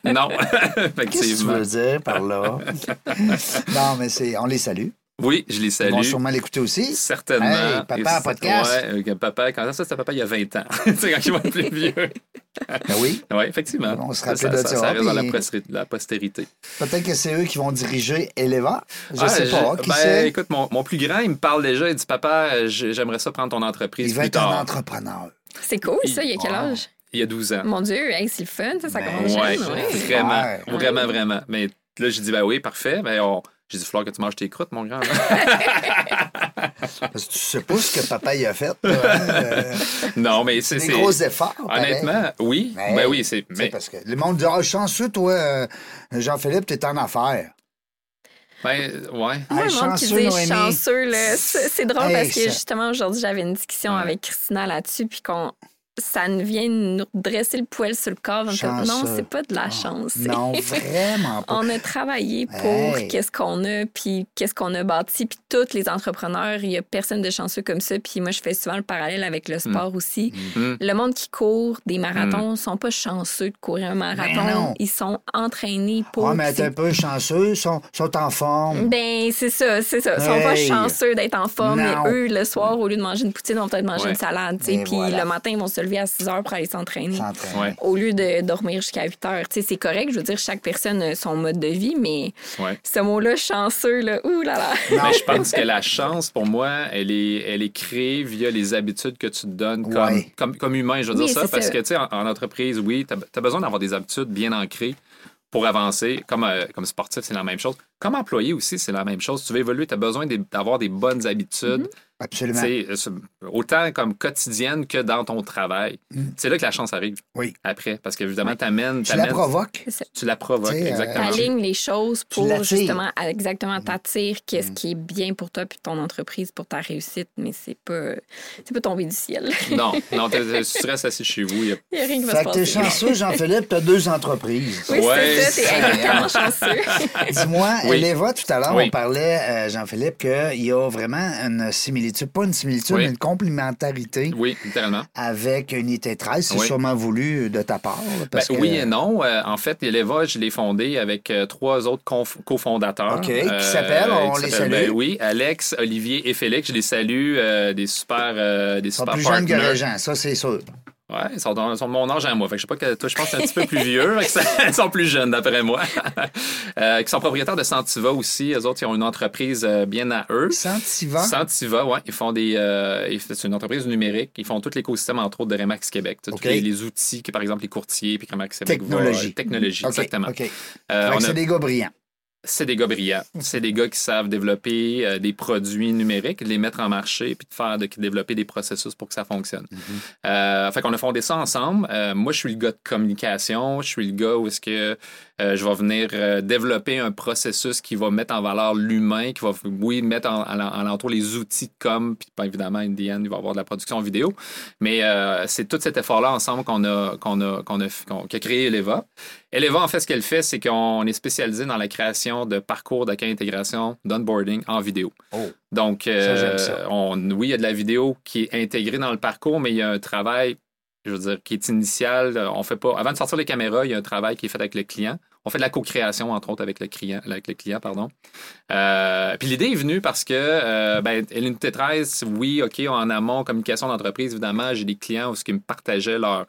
Non, Non, qu'est-ce que tu effectivement. veux dire par là? non, mais c'est. On les salue. Oui, je les Ils salue. vont sûrement l'écouter aussi. Certainement. Hey, papa Et à c'est- podcast. Ouais, euh, papa, quand ça, c'était papa il y a 20 ans. tu sais, quand il va être plus vieux. Ben oui. Oui, effectivement. On se Ça, rappelait ça, de ça. ça, Ça reste dans la puis- postérité. la postérité. Peut-être que c'est eux qui vont diriger Eleva. Je Ah, sais pas. Qui ben, sait? écoute, mon, mon plus grand, il me parle déjà. Il dit Papa, j'ai- j'aimerais ça prendre ton entreprise Il va plus être un tard. entrepreneur. C'est cool ça, il y a quel Ah. âge? il y a 12 ans. Mon Dieu, hey, c'est le fun, ça, ça Ben, commence Oui, jeune, ouais. ouais. vraiment, Ouais. vraiment, vraiment. Mais là, j'ai dit, ben oui, parfait. Ben, on... J'ai dit, Flore, que tu manges tes croûtes, mon grand. Parce que tu sais pas ce que papa y a fait. là, hein, euh, non, mais c'est. des c'est- gros efforts. pareil. Honnêtement, oui. Ouais. Ben oui, c'est. Tu sais, Mais, Parce que le monde dit Ah, chanceux, toi, euh, Jean-Philippe, t'es en affaires. ben, ouais. Moi, Hey, le monde qui chanceux, dit Noémie. chanceux, là, c'est c'est drôle Hey, parce que ça- justement, aujourd'hui, j'avais une discussion Ouais. avec Christina là-dessus, puis qu'on ça nous vient nous dresser le poil sur le corps. Donc, non, Chanceux. Ah. c'est pas de la chance. Non, vraiment pas. On a travaillé pour Hey. qu'est-ce qu'on a, puis qu'est-ce qu'on a bâti, puis tous les entrepreneurs, il n'y a personne de chanceux comme ça. Puis moi, je fais souvent le parallèle avec le sport aussi. Mm. Mm-hmm. Le monde qui court des marathons sont pas chanceux de courir un Mm. non. marathon. Ils sont entraînés pour. Ah, mais t'es un peu chanceux, sont, sont en forme. Ben, c'est ça, c'est ça. Ils sont pas Hey! chanceux d'être en forme, Non. mais eux, le soir, au lieu de manger une poutine, ils vont peut-être manger Ouais. une salade, tu sais. Et Puis voilà. le matin, ils vont se lever à 6 heures pour aller s'entraîner. s'entraîner. Mhm. Ouais, Au lieu de dormir jusqu'à 8 heures. Tu sais, c'est correct, je veux dire, chaque personne a son mode de vie, mais ouais. ce mot-là, chanceux, là, ouh là là. Non. Mais je pense que la chance, pour moi, elle est, elle est créée via les habitudes que tu te donnes comme, Ouais. comme, comme humain, je veux Oui, dire ça, c'est parce ça. que, tu sais, en, en entreprise, oui, tu as, besoin d'avoir des habitudes bien ancrées pour avancer. Comme, euh, comme sportif, c'est la même chose. Comme employé aussi, c'est la même chose. Tu veux évoluer, tu as besoin des- d'avoir des bonnes habitudes, Mm-hmm. tu Absolument. sais, euh, c'est- autant comme quotidiennes que dans ton travail. C'est là que la chance arrive Oui. après, parce qu'évidemment, t'amènes- Mm. Tu la t'amènes- provoques. tu la provoques. Tu sais, euh, exactement. T'alignes les choses pour l'attires. justement, à- Mm-hmm. exactement, t'attires qu'est-ce qui est bien pour toi puis ton entreprise pour ta réussite, mais c'est pas, c'est pas tombé du ciel. Non, non, t'es- t'es- tu restes assis chez vous. il y a- Il y a rien qui va Fait se que t'es passer. chanceux, Jean-Philippe, t'as deux entreprises. Oui, Ouais, c'est ça, t'es c'est- exactement chanceux. Dis-moi, Oui. Eleva, tout à l'heure, Oui. on parlait, euh, Jean-Philippe, qu'il y a vraiment une similitude, pas une similitude, Oui. mais une complémentarité Oui, littéralement. avec Unité 13. C'est Oui. sûrement voulu euh, de ta part. Parce Ben, que, Oui et non. Euh, en fait, Eleva, je l'ai fondé avec euh, trois autres conf- cofondateurs. Euh, OK. Qui s'appellent? On qui les s'appellent- salue. ben oui, Alex, Olivier et Félix. Je les salue. euh, des super, euh, des Ils sont super plus jeunes que partners. les gens, ça, c'est sûr. Ouais, ils sont, dans- ils sont de mon âge à moi. Fait que je sais pas que toi, je pense que c'est un petit peu plus vieux. Fait que ça- ils sont plus jeunes, d'après moi. Euh, qui sont propriétaires de Sentiva aussi. Eux autres, ils ont une entreprise euh, bien à eux. Sentivant. Sentiva, ouais, ils font des, euh, ils- c'est une entreprise numérique. Ils font tout l'écosystème entre autres de Remax Québec, Tu sais, OK. tous les, les outils que par exemple les courtiers puis que Remax Québec va- euh, Technologie. technologie, OK, exactement. OK. Fait Euh, que on a- C'est des gars brillants. c'est des gars brillants. C'est des gars qui savent développer euh, des produits numériques, de les mettre en marché, puis de faire de, de développer des processus pour que ça fonctionne. Euh, fait qu'on a fondé ça ensemble. Euh, moi, je suis le gars de communication. Je suis le gars où est-ce que euh, je vais venir euh, développer un processus qui va mettre en valeur l'humain, qui va, oui, mettre en, en, en l'entour les outils de com, puis ben, évidemment, in the end, il va y avoir de la production vidéo. Mais euh, c'est tout cet effort-là ensemble qu'on a, qu'on a, qu'on a, qu'on- qu'a créé Eleva. Eleva, en fait, ce qu'elle fait, c'est qu'on est spécialisé dans la création de parcours d'accueil intégration, d'onboarding en vidéo. Oh. Donc, euh, j'aime ça. on- oui, il y a de la vidéo qui est intégrée dans le parcours, mais il y a un travail, je veux dire, qui est initial. On fait pas, avant de sortir les caméras, il y a un travail qui est fait avec le client. On fait de la co-création, entre autres, avec le client. Avec le client pardon. Euh, puis l'idée est venue parce que, euh, ben, l'unité 13, oui, OK, en amont, communication d'entreprise, évidemment, j'ai des clients où ce qui me partageaient leur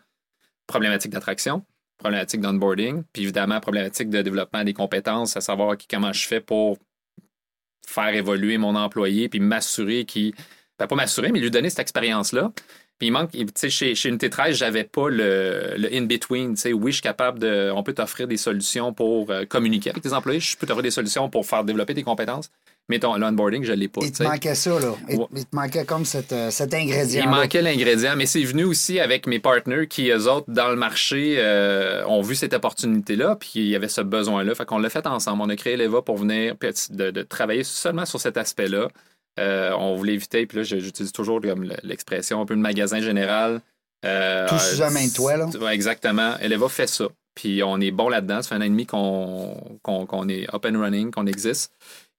problématique d'attraction, problématique d'onboarding, puis évidemment, problématique de développement des compétences, à savoir OK, comment je fais pour faire évoluer mon employé, puis m'assurer qu'il. ben, pas m'assurer, mais lui donner cette expérience-là. Puis il manque, tu sais, chez, chez Unité 13, j'avais pas le, le in-between. Tu sais, oui, je suis capable de. On peut t'offrir des solutions pour euh, communiquer avec tes employés, je peux t'offrir des solutions pour faire développer tes compétences, mais ton l'onboarding, je l'ai pas. Il tu te sais. manquait ça, là. Il, Ouais. il te manquait comme cette, euh, cet Il ingrédient. manquait l'ingrédient, mais c'est venu aussi avec mes partenaires qui, eux autres, dans le marché, euh, ont vu cette opportunité-là, puis il y avait ce besoin-là. Fait qu'on l'a fait ensemble. On a créé l'EVA pour venir puis de, de travailler seulement sur cet aspect-là. Euh, on voulait éviter, puis là, je- j'utilise toujours comme le- l'expression un peu de magasin général. Euh, Tout sous un même toit, là. Ouais, exactement. Eleva fait ça. Puis on est bon là-dedans. Ça fait un an et demi qu'on qu'on- qu'on est up and running, qu'on existe.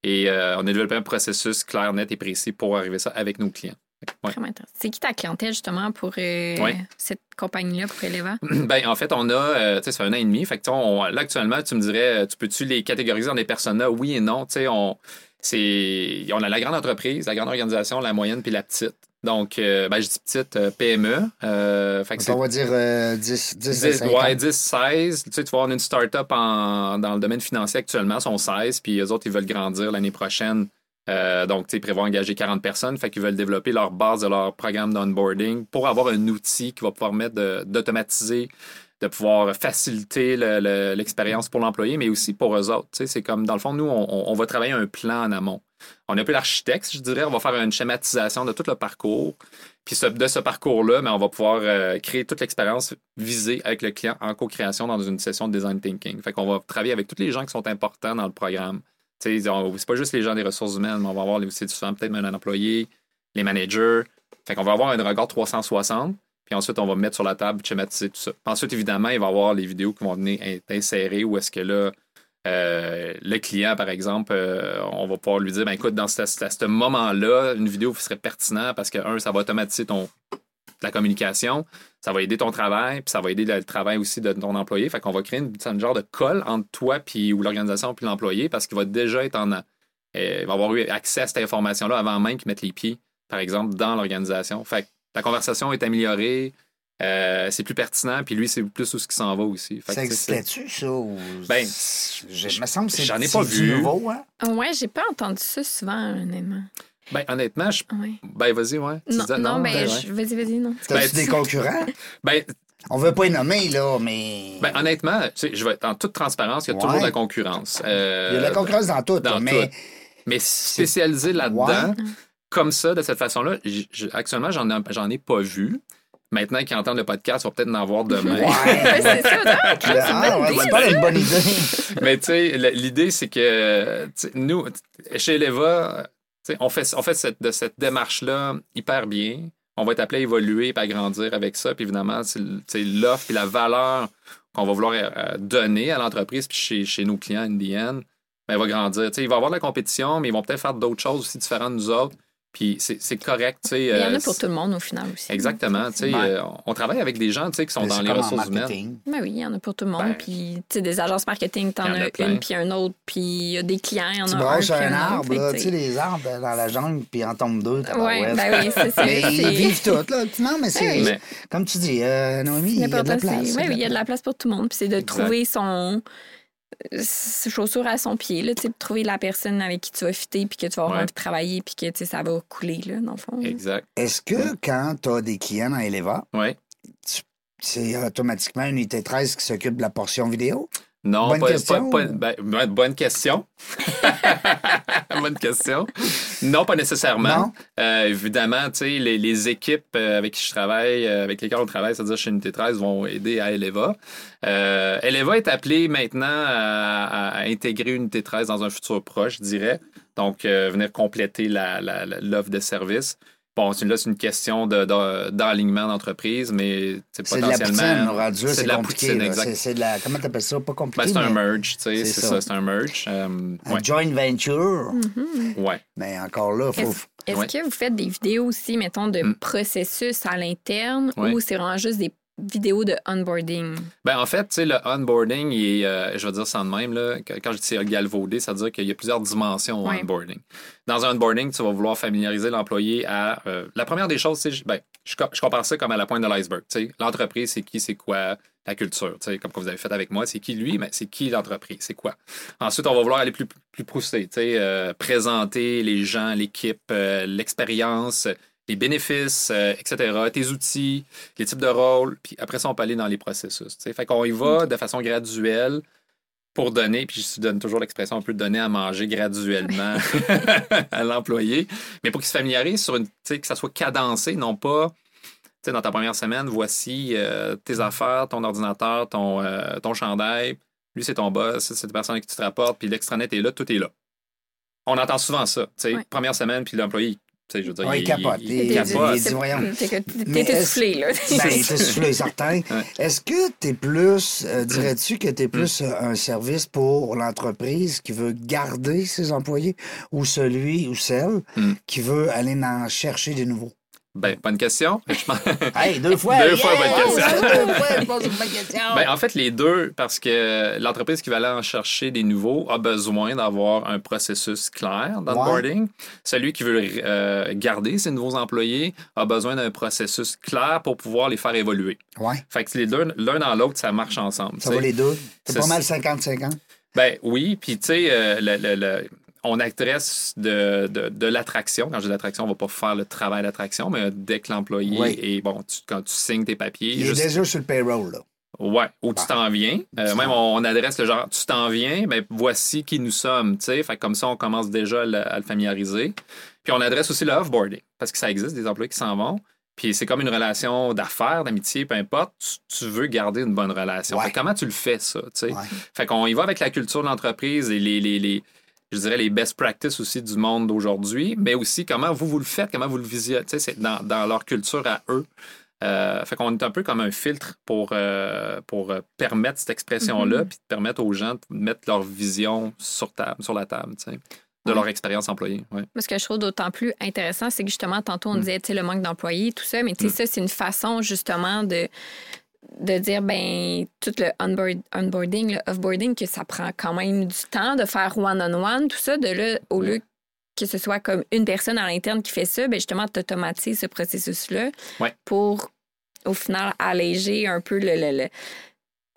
Et euh, on a développé un processus clair, net et précis pour arriver ça avec nos clients. Ouais. Vraiment intéressant. C'est qui ta clientèle justement pour euh, Ouais. cette compagnie-là, pour Eleva? Ben, en fait, on a, euh, tu sais, ça fait un an et demi. Fait que, tu sais, on- là, actuellement, tu me dirais, euh, tu peux-tu les catégoriser en des personas? Oui et non. Tu sais, on, c'est, on a la grande entreprise, la grande organisation, la moyenne puis la petite. Donc, euh, ben, je dis petite, euh, PME. euh, fait que c'est On va dire euh, 10, 10, 10, 50. ouais, 10, 16. Tu sais, tu vas avoir une start-up en- dans le domaine financier actuellement, sont 16, puis eux autres, ils veulent grandir l'année prochaine. Euh, donc, tu sais, ils prévoient engager 40 personnes, fait qu'ils veulent développer leur base de leur programme d'onboarding pour avoir un outil qui va pouvoir permettre de- d'automatiser, de, pouvoir faciliter le- le- l'expérience pour l'employé, mais aussi pour eux autres. Tu sais, c'est comme, dans le fond, nous, on- on- on va travailler un plan en amont. On est un peu l'architecte, je dirais. On va faire une schématisation de tout le parcours. Puis ce- de ce parcours-là, mais on va pouvoir euh, créer toute l'expérience visée avec le client en co-création dans une session de design thinking. Fait qu'on va travailler avec tous les gens qui sont importants dans le programme. Tu sais, on- C'est pas juste les gens des ressources humaines, mais on va avoir aussi souvent peut-être même un employé, les managers. Fait qu'on va avoir un regard 360. Puis ensuite, on va mettre sur la table, schématiser tout ça. Puis ensuite, évidemment, il va y avoir les vidéos qui vont venir être insérées où est-ce que là, euh, le client, par exemple, euh, on va pouvoir lui dire ben, écoute, dans ce, à ce moment-là, une vidéo serait pertinente parce que, un, ça va automatiser ton, la communication, ça va aider ton travail, puis ça va aider le, le travail aussi de ton employé. Fait qu'on va créer une, un genre de colle entre toi puis, ou l'organisation puis l'employé parce qu'il va déjà être en. euh, il va avoir eu accès à cette information-là avant même qu'ils mettent les pieds, par exemple, dans l'organisation. Fait que la conversation est améliorée, euh, c'est plus pertinent, puis lui, c'est plus où ce qui s'en va aussi. Fait Ça que, tu sais, c'est- existait-tu, ça? ou- Ben, je, je me semble que c'est j'en ai c'est pas du vu. nouveau, hein? Ouais, j'ai pas entendu ça souvent, honnêtement. ben, honnêtement, je Ouais. Ben, vas-y, ouais. Tu Non, disais- non, ben, ben, ouais. je- vas-y, vas-y, non. T'as-tu Ben, des tu- concurrents? Ben, On veut pas les nommer, là, mais. ben, honnêtement, tu sais, je vais être en toute transparence, il y a Ouais. toujours de la concurrence. Euh, Il y a de la concurrence dans tout, dans là, mais tout. Mais spécialisé là-dedans, Ouais. comme ça, de cette façon-là, j- j- actuellement, j'en ai, j'en ai pas vu. Maintenant qu'ils entendent le podcast, ils vont peut-être en avoir demain. Ouais, c'est ça, non? Puis là, ah, ouais, c'est pas une bonne idée. Mais tu sais, le- l'idée, c'est que tu sais, nous, t- chez Eleva, tu sais, on fait, on fait cette, de cette démarche-là hyper bien. On va être appelé à évoluer et à grandir avec ça. Puis évidemment, c'est le- tu sais, l'offre et la valeur qu'on va vouloir euh, donner à l'entreprise puis chez, chez nos clients in the end, ben, elle va grandir. Tu sais, il va y avoir de la compétition, mais ils vont peut-être faire d'autres choses aussi différentes de nous autres. Puis c'est c'est correct. tu sais, Il y euh, en a pour tout le monde au final aussi. Exactement. tu sais, Ouais. euh, on travaille avec des gens tu sais, qui sont Mais dans c'est les comme en ressources humaines. marketing. Ben oui, il y en a pour tout le monde. Ben, puis, tu sais, des agences marketing, t'en il y en a as plein. une, puis un autre, puis il y a des clients, il y en Tu a un. brasses puis un autre, arbre, fait que, là, tu sais, les arbres dans la jungle, puis en tombe deux, t'as Ouais, ben oui, c'est ça. Mais ils c'est- vivent tout, là. Non, mais c'est. Mais- Comme tu dis, euh, Noémie, il y a de la L'important, c'est. place. ouais, oui, il y a de la place pour tout le monde. Puis c'est de Exact. trouver son. ses chaussures à son pied, là, tu sais, de trouver la personne avec qui tu vas fitter, puis que tu vas avoir Ouais. envie de travailler, puis que tu sais, ça va couler, là, dans le fond. Exact. Est-ce que quand tu as des clients dans Eleva, Ouais. c'est automatiquement une unité 13 qui s'occupe de la portion vidéo? Non, Bonne pas, pas- question. pas- ben, bonne- bonne question. bonne question. Non, pas nécessairement. Non? Euh, évidemment, tu sais, les, les équipes euh, avec qui je travaille, euh, avec lesquelles on travaille, c'est-à-dire chez Unité 13, vont aider à Eleva. Euh, Eleva est appelée maintenant à, à intégrer Unité 13 dans un futur proche, je dirais. Donc, euh, venir compléter la- la- la- l'offre de service. Bon, c'est- là, c'est une question de- de- d'enlignement d'entreprise, mais c'est C'est de la poutine, potentiellement... rendu, là, c'est c'est de la compliqué. poutine, là. exact. C'est c'est de la. Comment t'appelles ça? Pas compliqué. Ben, c'est un mais merge, tu sais, c'est c'est ça. Ah, ça, c'est un merge. Euh, un joint venture. Mhm. ouais, ouais. Mais encore là, faut. Est-ce est-ce Ouais. que vous faites des vidéos aussi, mettons, de Mm. processus à l'interne, Ouais. ou c'est vraiment juste des vidéos de onboarding? Ben, en fait, tu sais, le onboarding, il est, euh, je vais dire ça de même, là, que- quand je dis c'est galvaudé, ça veut dire qu'il y a plusieurs dimensions au Ouais. onboarding. Dans un onboarding, tu vas vouloir familiariser l'employé à. euh, la première des choses, c'est. Ben, je, co- je compare ça comme à la pointe de l'iceberg. tu sais. L'entreprise, c'est qui, c'est quoi, la culture. tu sais, Comme que vous avez fait avec moi, c'est qui lui, mais c'est qui l'entreprise, c'est quoi. Ensuite, on va vouloir aller plus, plus poussé, tu sais, euh, présenter les gens, l'équipe, euh, l'expérience, les bénéfices, euh, etc., tes outils, les types de rôles. Puis après ça, on peut aller dans les processus. tu sais. Fait qu'on y va de façon graduelle pour donner, puis je donne toujours l'expression, on peut donner à manger graduellement à l'employé, mais pour qu'il se familiarise sur une, tu sais, que ça soit cadencé, non pas tu sais, dans ta première semaine, voici euh, tes affaires, ton ordinateur, ton, euh, ton chandail. Lui, c'est ton boss, ça, c'est la personne à qui tu te rapportes, puis l'extranet est là, tout est là. On entend souvent ça. tu sais, Ouais. Première semaine, puis l'employé, tu sais, je veux dire, Ouais, il capote, Il, il- il capote. il- dit, voyons. Fait que t'es- Mais T'es est-ce- soufflé, là. Ben, t'es soufflé, certain. Est-ce que t'es plus, Hmm. euh, dirais-tu que t'es plus euh, un service pour l'entreprise qui veut garder ses employés ou celui ou celle Mm. qui veut aller en chercher des nouveaux? Ben, bonne question. Je pense- Hey, deux fois! Deux fois, bonne question. Deux fois, je pose une bonne question. Ben, en fait, les deux, parce que l'entreprise qui va aller en chercher des nouveaux a besoin d'avoir un processus clair d'onboarding. Celui qui veut euh, garder ses nouveaux employés a besoin d'un processus clair pour pouvoir les faire évoluer. ouais, Fait que les deux, l'un dans l'autre, ça marche ensemble. ça tu va sais. les deux. C'est Ça, pas mal 50-50. Ben oui, puis tu sais, euh, le- le- le- on actresse de, de, de l'attraction. Quand j'ai de l'attraction, on va pas faire le travail d'attraction, mais dès que l'employé Oui. est, bon, tu- quand tu signes tes papiers, Il est juste- déjà sur le payroll, là. ouais, ou tu t'en viens. Euh, Bah. Tu t'en- même on, on adresse le genre, tu t'en viens, mais voici qui nous sommes, tu sais. Fait que comme ça, on commence déjà à le, à le familiariser. Puis on adresse aussi le offboarding, parce que ça existe, des employés qui s'en vont. Puis c'est comme une relation d'affaires, d'amitié, peu importe. Tu, tu veux garder une bonne relation. Ouais. Fait que comment tu le fais, ça, tu sais? Ouais. Fait qu'on y va avec la culture de l'entreprise et les, les, les- je dirais, les best practices aussi du monde d'aujourd'hui, mais aussi comment vous, vous le faites, comment vous le visionnez, tu sais, c'est dans, dans leur culture à eux. Euh, fait qu'on est un peu comme un filtre pour, euh, pour euh, permettre cette expression-là, Mhm. puis de permettre aux gens de mettre leur vision sur, table, sur la table, tu sais, de Ouais. leur expérience employée. ouais. Moi, ce que je trouve d'autant plus intéressant, c'est que justement, tantôt, on Mm. disait, tu sais, le manque d'employés, tout ça, mais tu sais, ça, c'est une façon, justement, de, de dire, ben, tout le onboard- onboarding, le offboarding, que ça prend quand même du temps de faire one-on-one, tout ça, de là, au Mm. lieu que ce soit comme une personne à l'interne qui fait ça, ben, justement, t'automatises ce processus-là Ouais. pour, au final, alléger un peu le- le- le,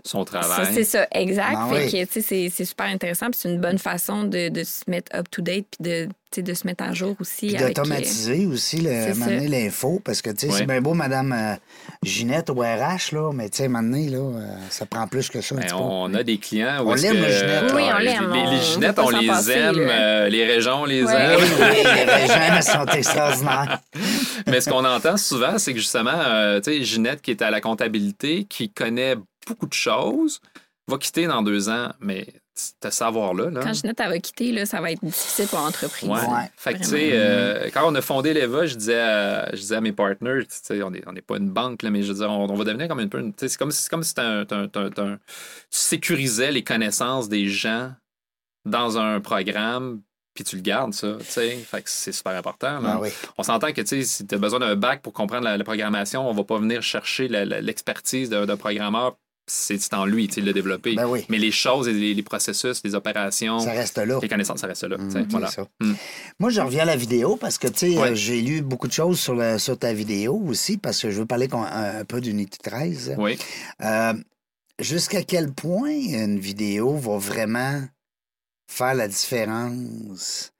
Son ça, travail. c'est ça, exact. Ben fait oui. que, tu sais, c'est, c'est super intéressant. puis c'est une bonne façon de, de se mettre up-to-date puis de, tu sais, de se mettre à jour aussi. Puis avec, euh, d'automatiser aussi, C'est le, ça. m'amener l'info, parce que, tu sais, c'est Ouais. bien beau, Madame euh, Ginette au RH, là, mais, tu sais, m'amener, là, euh, ça prend plus que ça, un Ben, petit peu. on a des clients où On est-ce l'aime, que- le Ginette. Oui, Ah, on les- l'aime, Les, les on Ginettes, peut pas on s'en les passer, aime. là. euh, les régions, on les Ouais. aime. Oui, oui, les gens sont extraordinaires. Mais ce qu'on entend souvent, c'est que justement, euh, tu sais, Ginette qui est à la comptabilité, qui connaît beaucoup de choses, va quitter dans deux ans. Mais ce savoir-là, là. Quand Jeannette, elle va quitter, là, ça va être difficile pour l'entreprise. Ouais. Ouais. Fait que, tu Vraiment. sais, euh, quand on a fondé l'EVA, je disais à, je disais à mes partners, tu sais, on n'est on est pas une banque, là, mais je veux dire, on, on va devenir comme une peu. une- tu sais, C'est comme, si- c'est comme si t'as un- t'as un- t'as un- t'as un- tu sécurisais les connaissances des gens dans un programme, puis tu le gardes, ça. tu sais. Fait que c'est super important. là. Ah oui. On s'entend que tu sais, si tu as besoin d'un bac pour comprendre la, la programmation, on va pas venir chercher la- la- l'expertise d'un d'un programmeur. C'est c'est en lui tu sais, de le développer. Ben oui. Mais les choses, et les, les processus, les opérations, Ça reste là. les connaissances, ça reste là. tu sais, Mm, c'est voilà. ça. Mm. Moi, je reviens à la vidéo parce que, tu sais, Ouais. euh, j'ai lu beaucoup de choses sur, la- sur ta vidéo aussi parce que je veux parler qu'on- un, un peu d'Unité 13. Oui. Euh, Jusqu'à quel point une vidéo va vraiment faire la différence?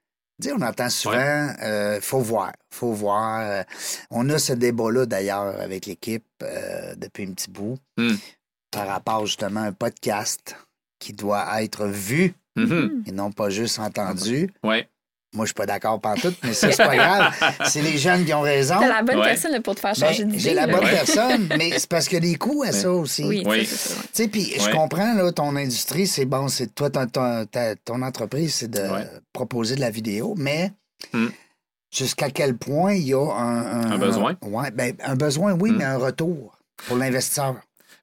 Tu sais, on entend souvent, euh, faut voir, faut voir. Euh, on a ce débat-là d'ailleurs avec l'équipe euh, depuis un petit bout Mm. par rapport justement à un podcast qui doit être vu Mhm. et non pas juste entendu. Ouais. Moi, je suis pas d'accord pantoute, mais ça, c'est pas grave. C'est les jeunes qui ont raison. T'as la bonne Ouais. personne là, pour te faire Ben, changer d'idée. j'ai la là. bonne Ouais. personne, mais c'est parce qu'il y a des coûts à Ouais. ça aussi. Oui, Oui. ça, c'est ça, ouais. Tu sais, puis je Ouais. comprends, là, ton industrie, c'est bon, c'est toi, ton, ton- ta- ton entreprise, c'est de Ouais. proposer de la vidéo, mais Mm. jusqu'à quel point il y a un... Un besoin? Un, ouais, ben, un besoin, oui, Mm. mais un retour pour l'investisseur.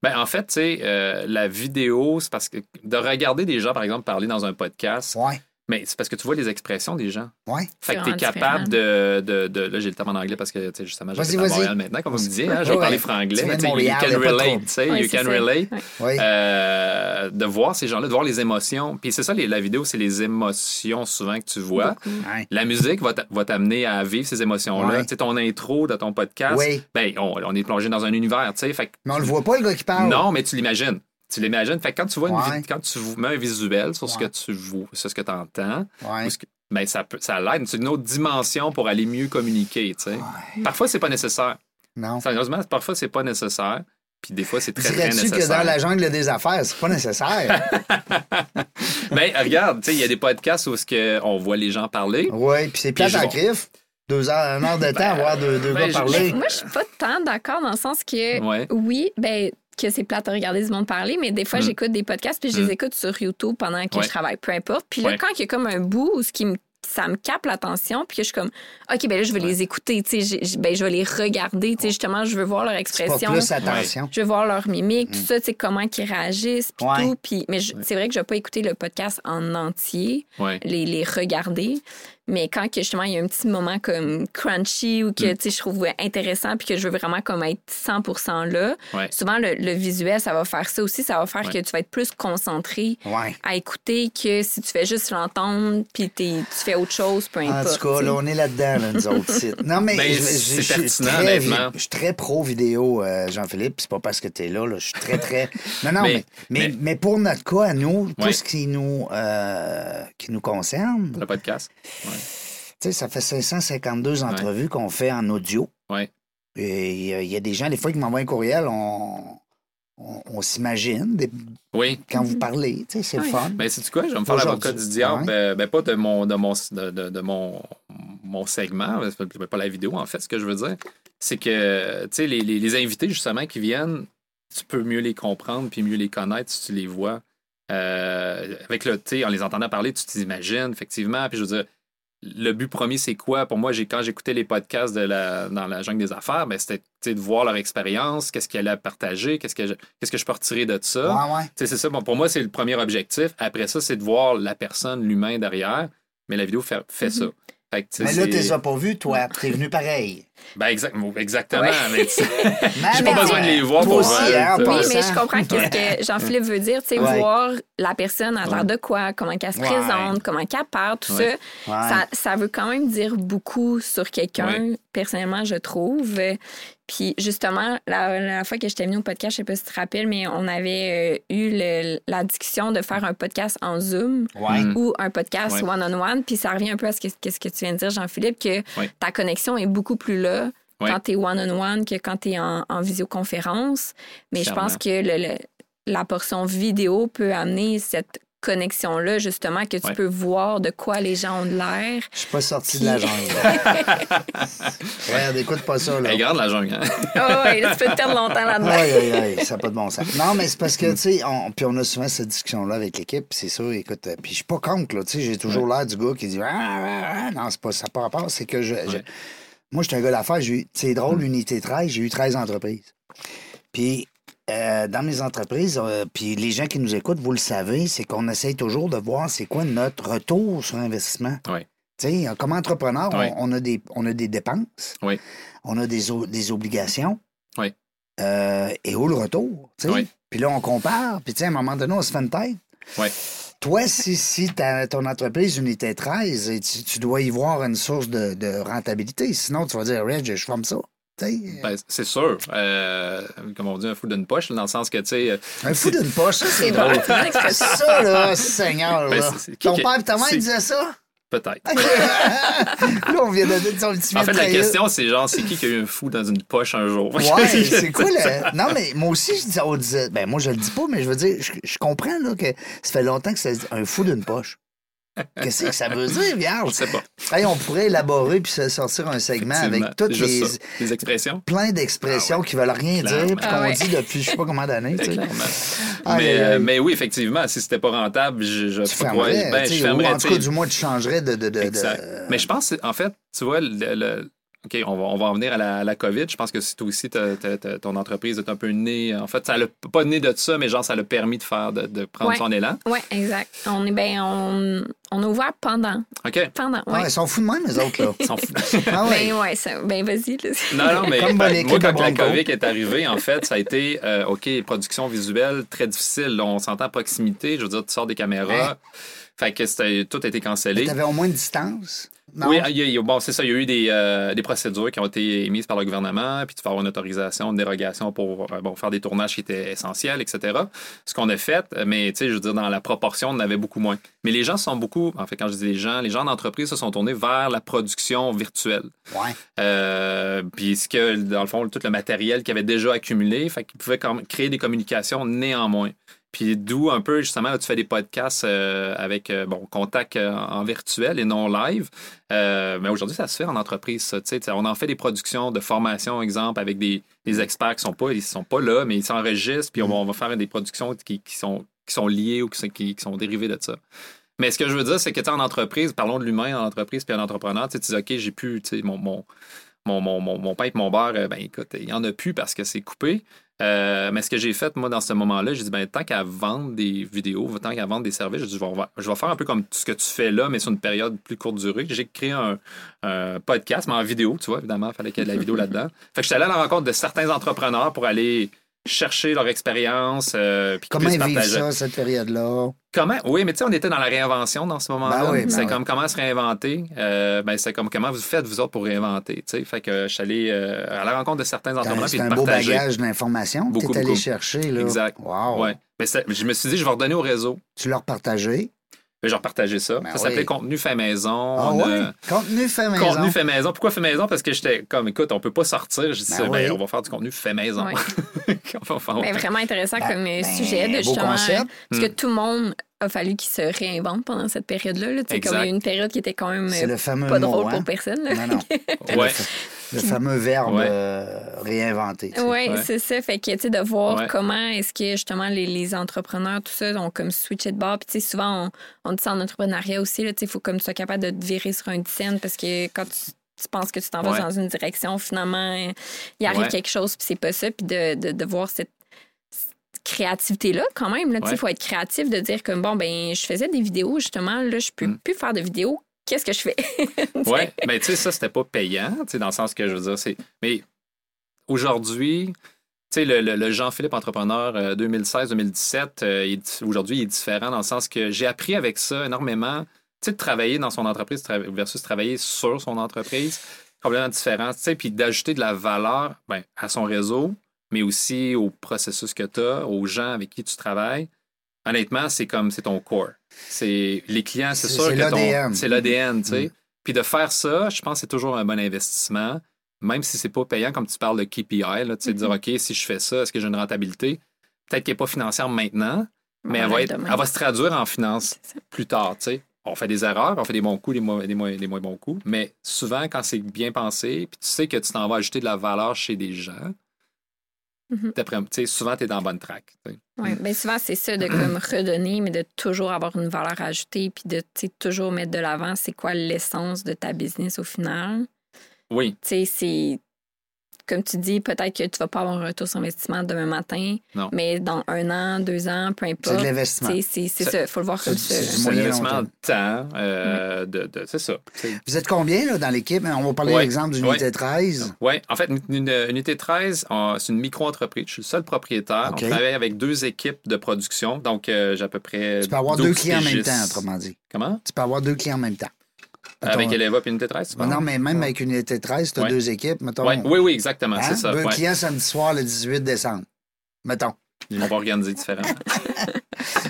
Ben, en fait, tu sais, euh, la vidéo, c'est parce que de regarder des gens, par exemple, parler dans un podcast, Ouais, mais c'est parce que tu vois les expressions des gens. ouais. Fait que C'est t'es vraiment capable de, de, de- Là, j'ai le terme en anglais parce que, tu sais, justement, Vas-y, j'habite à vas-y. Montréal maintenant, comme vous me disiez. hein, je Ouais, ouais. vais parler franglais. Tu viens mais de tu sais, you Montréal, y a pas can de relate, trouble. tu sais, Ouais, you c'est can ça. relate. Ouais. Oui. Euh, de voir ces gens-là, de voir les émotions. Puis c'est ça, les- la vidéo, c'est les émotions souvent que tu vois. Beaucoup. Ouais. La musique va t'a- va t'amener à vivre ces émotions-là. Ouais. Tu sais, ton intro de ton podcast, Oui. ben, on, on est plongé dans un univers, tu sais. Fait que Mais on le voit pas, le gars qui parle. non, mais tu l'imagines. Tu l'imagines. Fait que quand tu vois une Ouais. vid- quand tu mets un visuel sur ce que Ouais. tu vois, sur ce que tu entends, Ouais. ben ça peut, ça l'aide. C'est une autre dimension pour aller mieux communiquer. tu sais. Parfois, c'est pas nécessaire. Non. Sérieusement, parfois, c'est pas nécessaire. Puis des fois, c'est très, très Dirais-tu que nécessaire. dans la jungle des affaires, c'est pas nécessaire? Ben, regarde, tu sais, il y a des podcasts où ce que on voit les gens parler. oui, puis c'est plate je- en crif. Deux heures, une heure de temps, voir deux, deux ben, gars je- parler. Moi, je suis pas tant d'accord dans le sens que Ouais. oui, ben que c'est plate à regarder du monde parler, mais des fois, Mm. j'écoute des podcasts puis je Mm. les écoute sur YouTube pendant que Ouais. je travaille, peu importe. Puis là, Ouais. quand il y a comme un bout où ce qui me- ça me capte l'attention, puis que je suis comme, OK, ben là, je vais les écouter, tu sais, j'ai- j'ai- ben, je vais les regarder, tu sais, justement, je veux voir leur Tu portes expression, plus attention. je veux voir leur mimique, tout ça, tu sais, comment ils réagissent, puis Ouais. tout. Puis, mais je- c'est vrai que je vais pas écouter le podcast en entier, Ouais. les, les regarder, Mais quand que, justement, il y a un petit moment comme crunchy ou Mm. que, tu sais, je trouve intéressant puis que je veux vraiment comme être 100 là, Ouais. souvent, le, le visuel, ça va faire ça aussi. Ça va faire Ouais. que tu vas être plus concentré Ouais. à écouter que si tu fais juste l'entendre puis t'es- tu fais autre chose, peu En importe. tout cas, tu sais. là, on est là-dedans, là, nous autres. c'est- Non, mais Ben, je- je- c'est je- je suis pertinent, très- honnêtement. Je suis très pro vidéo, euh, Jean-Philippe. C'est pas parce que t'es là, là. Je suis très, très. Non, non, mais, mais, Mais- mais, mais- pour notre cas, à nous, tout Ouais. ce qui nous, euh, qui nous concerne, Le podcast. Tu sais, ça fait 552 entrevues qu'on fait en audio. Ouais. Et il y a- il y, a des gens, des fois, qui m'envoient un courriel, on, on, on s'imagine des- Oui. quand vous parlez. Tu sais, c'est le Mhm. Ouais. fun. Ben, c'est du quoi? Je vais me faire Aujourd'hui. Ah l'avocat du diable. Ouais. Ben, ben, pas de mon de mon de, de- de mon, mon segment, ben, pas la vidéo en fait, ce que je veux dire. C'est que tu sais, les, les- les invités justement qui viennent, tu peux mieux les comprendre puis mieux les connaître si tu les vois. Euh, avec le tu sais, en les entendant parler, tu t'imagines, effectivement. Puis je veux dire, le but premier, c'est quoi? Pour moi, j'ai quand j'écoutais les podcasts de la, dans la jungle des affaires, ben, c'était tu sais, de voir leur expérience, qu'est-ce qu'elle a partagé, qu'est-ce que je, qu'est-ce que je peux retirer de ça. Ouais, ouais. Tu sais, c'est ça. Bon, pour moi, c'est le premier objectif. Après ça, c'est de voir la personne, l'humain derrière. Mais la vidéo fait, Mm-hmm. fait ça. Fait que, tu sais, Mais Ben là, c'est- tu les as pas vus, toi. T'es venu pareil. Ben, exact- exactement. Ouais. mais tu sais, J'ai pas besoin de les voir ben, pour aussi, vrai, hein, en Oui, Oui, passant. mais je comprends que ce que Jean-Philippe veut dire, tu sais, Ouais. voir la personne à l'air Ouais. de quoi, comment qu'elle se Ouais. présente, comment qu'elle parle, tout Ouais. Ouais. ça, ça, ça veut quand même dire beaucoup sur quelqu'un, personnellement, je trouve. Euh, Puis justement, la, la fois que j'étais venue au podcast, je sais pas si tu te rappelles, mais on avait euh, eu le- la discussion de faire un podcast en Zoom Ouais. Mm. ou un podcast Ouais. one-on-one. Puis ça revient un peu à ce que, qu'est-ce que tu viens de dire, Jean-Philippe, que Ouais. ta connexion est beaucoup plus là Ouais. quand tu es one-on-one que quand tu es en, en visioconférence. Mais Clairement. je pense que le- le- la portion vidéo peut amener cette connexion-là, justement, que tu Ouais. peux voir de quoi les gens ont de l'air. Je suis pas sorti de la jungle. Regarde, écoute pas ça, là. Elle est grande, la jungle. hein? Ah ouais, là, tu peux te perdre longtemps là-dedans. Aïe, aïe, aïe, ça n'a pas de bon sens. Non, mais c'est parce que, tu sais, on, puis on a souvent cette discussion-là avec l'équipe, puis c'est sûr, écoute, euh, puis je suis pas contre, là, tu sais, j'ai toujours l'air du gars qui dit, ah, ah, ah, non, c'est pas ça, par rapport, c'est que je. je- Ouais. moi, j'étais un gars d'affaires, j'ai eu- c'est drôle, unité 13, j'ai eu 13 entreprises. Puis, euh, dans mes entreprises, euh, puis les gens qui nous écoutent, vous le savez, c'est qu'on essaye toujours de voir c'est quoi notre retour sur investissement. Ouais. Tu sais, euh, comme entrepreneur, on- Ouais. on, a des, on a des dépenses, Ouais. on a des, o- des obligations. Ouais. Euh, et où le retour? tu sais? Ouais. Puis là, on compare. Puis tu sais, à un moment donné, on se fait une tête. Ouais. Toi, si, si ta- ton entreprise, unité 13, et tu, tu dois y voir une source de, de rentabilité. Sinon, tu vas dire, Reg, je ferme ça. Tu sais, Ben, c'est sûr. Euh, comme on dit, un fou d'une poche, dans le sens que, tu sais, euh, un fou d'une poche, ça, Ben, c'est C'est drôle, drôle. c'est une bonne expression. Ça, là, Seigneur, Ben, là. c'est- c'est- qui- Ton qui- père et ta mère c'est- disaient Ah, ça? peut-être. là, on vient de dire son petit En fait, la mitrailleux. question, c'est genre, c'est qui qui a eu un fou dans une poche un jour? Ouais, c'est cool. euh, Non, mais moi aussi, je dis, on disait, ben moi, je le dis pas, mais je veux dire, je, je comprends là, que ça fait longtemps que c'est un fou d'une poche. Qu'est-ce que ça veut dire, Je regarde? sais pas. Hey, on pourrait élaborer puis se sortir un segment avec Effectivement, toutes c'est les, juste ça. Les expressions. plein d'expressions qui veulent rien dire, Clairement. puis qu'on Ah ouais. dit depuis je sais pas combien d'années. tu sais. Clairement. Aïe, mais, aïe, aïe. euh, mais oui, effectivement, si c'était pas rentable, je, je tu fermerais, ben, tu je sais, ou fermerais. en tout tu cas, sais, du moins, tu changerais de... Ah de, de- de- Exact. Mais je pense, en fait, tu vois, le, le- OK, on va, on va en venir à la, à la COVID. Je pense que si toi aussi, t'as- t'as- t'as- ton entreprise est un peu née. En fait, ça l'a pas né de ça, mais genre, ça l'a permis de faire, de, de prendre Ouais. son élan. Oui, exact. On est ben, on, on a ouvert pendant. OK. Pendant, Ah, ouais. ils sont fous de même, les autres, là. Ils sont fous. Ah ouais. Ben, ouais, ça, ben vas-y. là. Non, non, mais ben, Comme bonne équipe moi, de quand la Bronco. COVID est arrivée, en fait, ça a été, euh, OK, production visuelle très difficile. On s'entend à proximité. Je veux dire, tu sors des caméras. Fait que c'était- tout a été cancellé. T'avais au moins une distance? Non? Oui, il y a- il y a- bon, c'est ça. Il y a eu des, euh, des procédures qui ont été émises par le gouvernement, puis tu vas avoir une autorisation, une dérogation pour euh, bon, faire des tournages qui étaient essentiels, etc. Ce qu'on a fait, euh, mais tu sais, je veux dire, dans la proportion, on en avait beaucoup moins. Mais les gens se sont beaucoup, en fait, quand je dis les gens, les gens d'entreprise se sont tournés vers la production virtuelle. Ouais. Euh, puis ce que, dans le fond, tout le matériel qu'ils avaient déjà accumulé, fait qu'ils pouvaient quand même créer des communications néanmoins. Puis d'où un peu, justement, là, tu fais des podcasts euh, avec, euh, bon, contact euh, en virtuel et non live. Euh, mais aujourd'hui, ça se fait en entreprise, ça, tu sais. On en fait des productions de formation, exemple, avec des, des experts qui sont pas, ils sont pas là, mais ils s'enregistrent, puis on, va- on va faire des productions qui, qui sont, qui sont liées ou qui, sont- qui- qui sont dérivées de ça. Mais ce que je veux dire, c'est que, tu sais, en entreprise, parlons de l'humain en entreprise, puis en entrepreneur, tu sais, tu dis, OK, j'ai pu, tu sais, mon, mon- mon, mon, mon, mon pain et mon beurre, euh, ben écoute, il n'y en a plus parce que c'est coupé. Euh, mais ce que j'ai fait, moi, dans ce moment-là, j'ai dit, ben, tant qu'à vendre des vidéos, tant qu'à vendre des services, j'ai dit, je, vais, je vais faire un peu comme ce que tu fais là, mais sur une période plus courte durée. J'ai créé un, un podcast, mais en vidéo, tu vois, évidemment, il fallait qu'il y ait de la vidéo là-dedans. Fait que j'étais allé à la rencontre de certains entrepreneurs pour aller chercher leur expérience. euh, puis qu'ils Comment puissent ils vivent partager. ça, cette période-là? Comment? Oui, mais tu sais, on était dans la réinvention dans ce moment-là. Ben oui, ben c'est oui. comme comment se réinventer. Euh, ben, c'est comme comment vous faites, vous autres, pour réinventer. tu sais. Fait que je suis allé euh, à la rencontre de certains entrepreneurs puis Ben, C'est de un beau partager. bagage d'informations que Beaucoup, tu es allé beaucoup. chercher. Là. Exact. Wow. Ouais. Mais c'est- je me suis dit, je vais redonner au réseau. Tu l'as repartagé. Puis J'ai repartagé ça. Ben ça s'appelait oui. Contenu fait maison. Ah On a- ouais? Contenu fait maison. Contenu fait maison. Pourquoi fait maison? Parce que j'étais comme, écoute, on peut pas sortir. Je dis, Ben ben, oui. on va faire du contenu fait maison. Ouais. On va faire- Mais vraiment intéressant Ben, comme euh, ben, sujet de beau justement. euh, concept. Parce que tout le monde a fallu qu'il se réinvente pendant cette période-là. là. Tu sais, Exact. comme il y a eu une période qui était quand même C'est euh, le fameux pas mot, drôle hein? pour personne. là. Non, non. Ouais. Le fameux verbe Ouais. euh, réinventer. tu sais. Oui, Ouais. c'est ça. Fait que, tu sais, de voir Ouais. comment est-ce que, justement, les, les entrepreneurs, tout ça, ont comme switché de bord. Puis, tu sais, souvent, on, on dit ça en entrepreneuriat aussi, là, tu sais, il faut comme tu sois capable de te virer sur un dixaine parce que quand tu, tu penses que tu t'en vas Ouais. dans une direction, finalement, il arrive Ouais. quelque chose, puis c'est pas ça. Puis de, de, de voir cette cette créativité-là, quand même. là, Tu sais, Ouais. faut être créatif de dire comme, bon, ben je faisais des vidéos, justement, là, je peux Mm. plus faire de vidéos. Qu'est-ce que je fais? Oui, mais ben, tu sais, ça, c'était pas payant, tu sais, dans le sens que je veux dire, c'est. Mais aujourd'hui, tu sais, le, le- le Jean-Philippe entrepreneur euh, 2016-2017, euh, il est di- aujourd'hui, il est différent dans le sens que j'ai appris avec ça énormément, tu sais, de travailler dans son entreprise tra- versus travailler sur son entreprise, complètement différent, tu sais, puis d'ajouter de la valeur ben, à son réseau, mais aussi au processus que tu as, aux gens avec qui tu travailles. Honnêtement, c'est comme, c'est ton core. C'est les clients, c'est C'est- sûr c'est que ton, l'ADN. c'est l'ADN, tu sais. Mm. Puis de faire ça, je pense que c'est toujours un bon investissement, même si c'est pas payant, comme tu parles de KPI, là, tu sais, de dire, OK, si je fais ça, est-ce que j'ai une rentabilité? Peut-être qu'elle n'est pas financière maintenant, mais elle, va Voilà, être- demain. elle va se traduire en finance C'est ça. plus tard, tu sais. On fait des erreurs, on fait des bons coups, des moins, des moins- des moins bons coups, mais souvent, quand c'est bien pensé, puis tu sais que tu t'en vas ajouter de la valeur chez des gens, Mhm. t'après- tu sais, souvent, tu es dans la bonne track. tu sais. Oui, bien ben, souvent, c'est ça, de comme redonner, mais de toujours avoir une valeur ajoutée, puis de tu sais, toujours mettre de l'avant, c'est quoi l'essence de ta business au final. Oui, Tu sais, c'est, comme tu dis, peut-être que tu vas pas avoir un retour sur investissement demain matin, Non. mais dans un an, deux ans, peu importe. C'est de l'investissement. tu sais, C'est c'est C'est- ça, il faut le voir comme c'est- ça. Du c'est un moyen investissement long de temps, euh, de, de- c'est ça. C'est- Vous êtes combien là, dans l'équipe? On va parler, Ouais. par exemple, d'une unité Ouais. 13. Oui, en fait, une, une- une unité 13, on- c'est une micro-entreprise. Je suis le seul propriétaire. OK. On travaille avec deux équipes de production. Donc, euh, j'ai à peu près. Tu peux avoir 12 deux clients en même pigistes. temps, autrement dit. Comment Tu peux avoir deux clients en même temps. Avec Mettons- euh, Eleva et unité 13, tu parles? Ah Non, mais même avec une unité 13, tu as Ah. Ouais. deux équipes, mettons. Ouais, Oui, oui, exactement. Hein? C'est ça. Deux ouais. clients samedi soir le 18 décembre. Mettons. On va organiser différemment.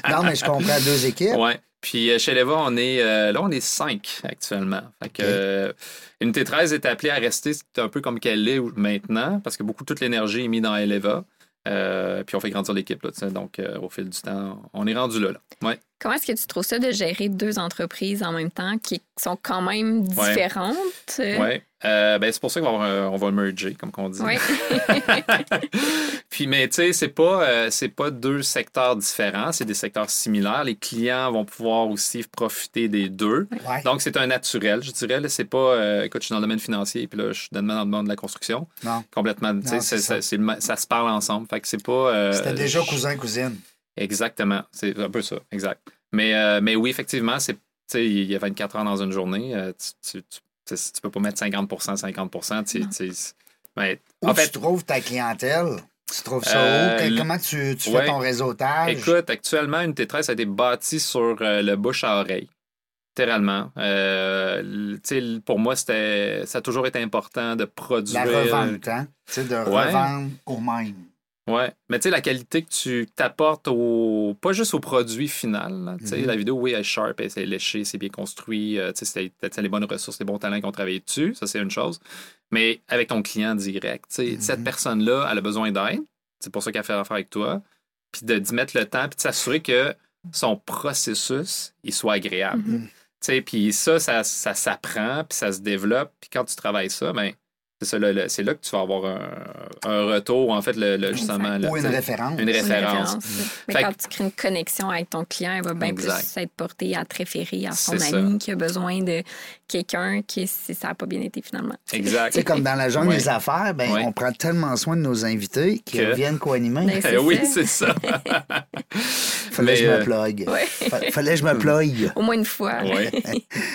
Non, mais je comprends deux équipes. Ouais. Puis euh, chez Leva, on est euh, là, on est cinq actuellement. Fait que OK. euh, Unité 13 est appelée à rester c'est un peu comme qu'elle est maintenant, parce que beaucoup toute l'énergie est mise dans Eleva. Euh, puis on fait grandir l'équipe. là, tu sais. Donc, euh, au fil du temps, on est rendu là. là. Ouais. Comment est-ce que tu trouves ça de gérer deux entreprises en même temps qui sont quand même différentes? Ouais. Euh, ben, c'est pour ça qu'on va, euh, on va merger, comme on dit. Ouais. Puis, mais tu sais, c'est pas, euh, c'est pas deux secteurs différents, c'est des secteurs similaires. Les clients vont pouvoir aussi profiter des deux. Ouais. Donc, c'est un naturel, je dirais. là. C'est pas, euh, écoute, je suis dans le domaine financier, puis là, je suis dans le monde de la construction. Non. Complètement, tu sais, c'est c'est- ça. c'est- c'est le ma- ça se parle ensemble. Fait que c'est pas. euh, C'était déjà je- cousin-cousine. Exactement. C'est un peu ça, exact. Mais, euh, mais oui, effectivement, c'est, tu sais, il y a 24 heures dans une journée. euh, tu, tu, tu- tu sais, tu peux pas mettre 50 50 tu- tu- c'est- ben, Où en tu fait, trouves ta clientèle? Tu trouves ça Euh, où? Que- le- Comment tu, tu Ouais. fais ton réseautage? écoute, actuellement, une T13 a été bâtie sur euh, le bouche à oreille. Littéralement. Euh, l- tu sais, l- pour moi, c'était, ça a toujours été important de produire. la revente, euh, hein? Tu sais, de revendre au même. Ouais, mais tu sais, la qualité que tu t'apportes au. pas juste au produit final. là. Tu sais, Mhm. la vidéo, oui, elle est sharp, elle est léchée, c'est bien construit. euh, tu sais, c'est- t'as- t'as les bonnes ressources, les bons talents qui ont travaillé dessus, ça, c'est une chose. Mais avec ton client direct, tu sais, Mhm. cette personne-là, elle a besoin d'aide. C'est pour ça qu'elle fait affaire avec toi. Puis de d'y mettre le temps, puis de s'assurer que son processus, il soit agréable. Mm-hmm. Mhm. Tu sais, puis ça, ça, ça s'apprend, puis ça se développe. Puis quand tu travailles ça, ben, c'est ça, le- le- c'est là que tu vas avoir un, un retour, en fait, le, le- justement. là, Ou une tu sais, référence. Une référence. Mm. Mais Fait quand que- tu crées une connexion avec ton client, il va bien Exact. plus être porté à te référer à son C'est ça. ami qui a besoin de quelqu'un qui, si ça n'a pas bien été finalement. Exact. Tu sais, comme dans la jungle Ouais. des affaires, ben, Ouais. on prend tellement soin de nos invités qu'ils Que- reviennent co-animer. Ben, Eh oui, c'est c'est ça. Fallait que je mais, euh, me plug. Ouais. Fa- Fallait que je me plug. Au moins une fois. Ouais.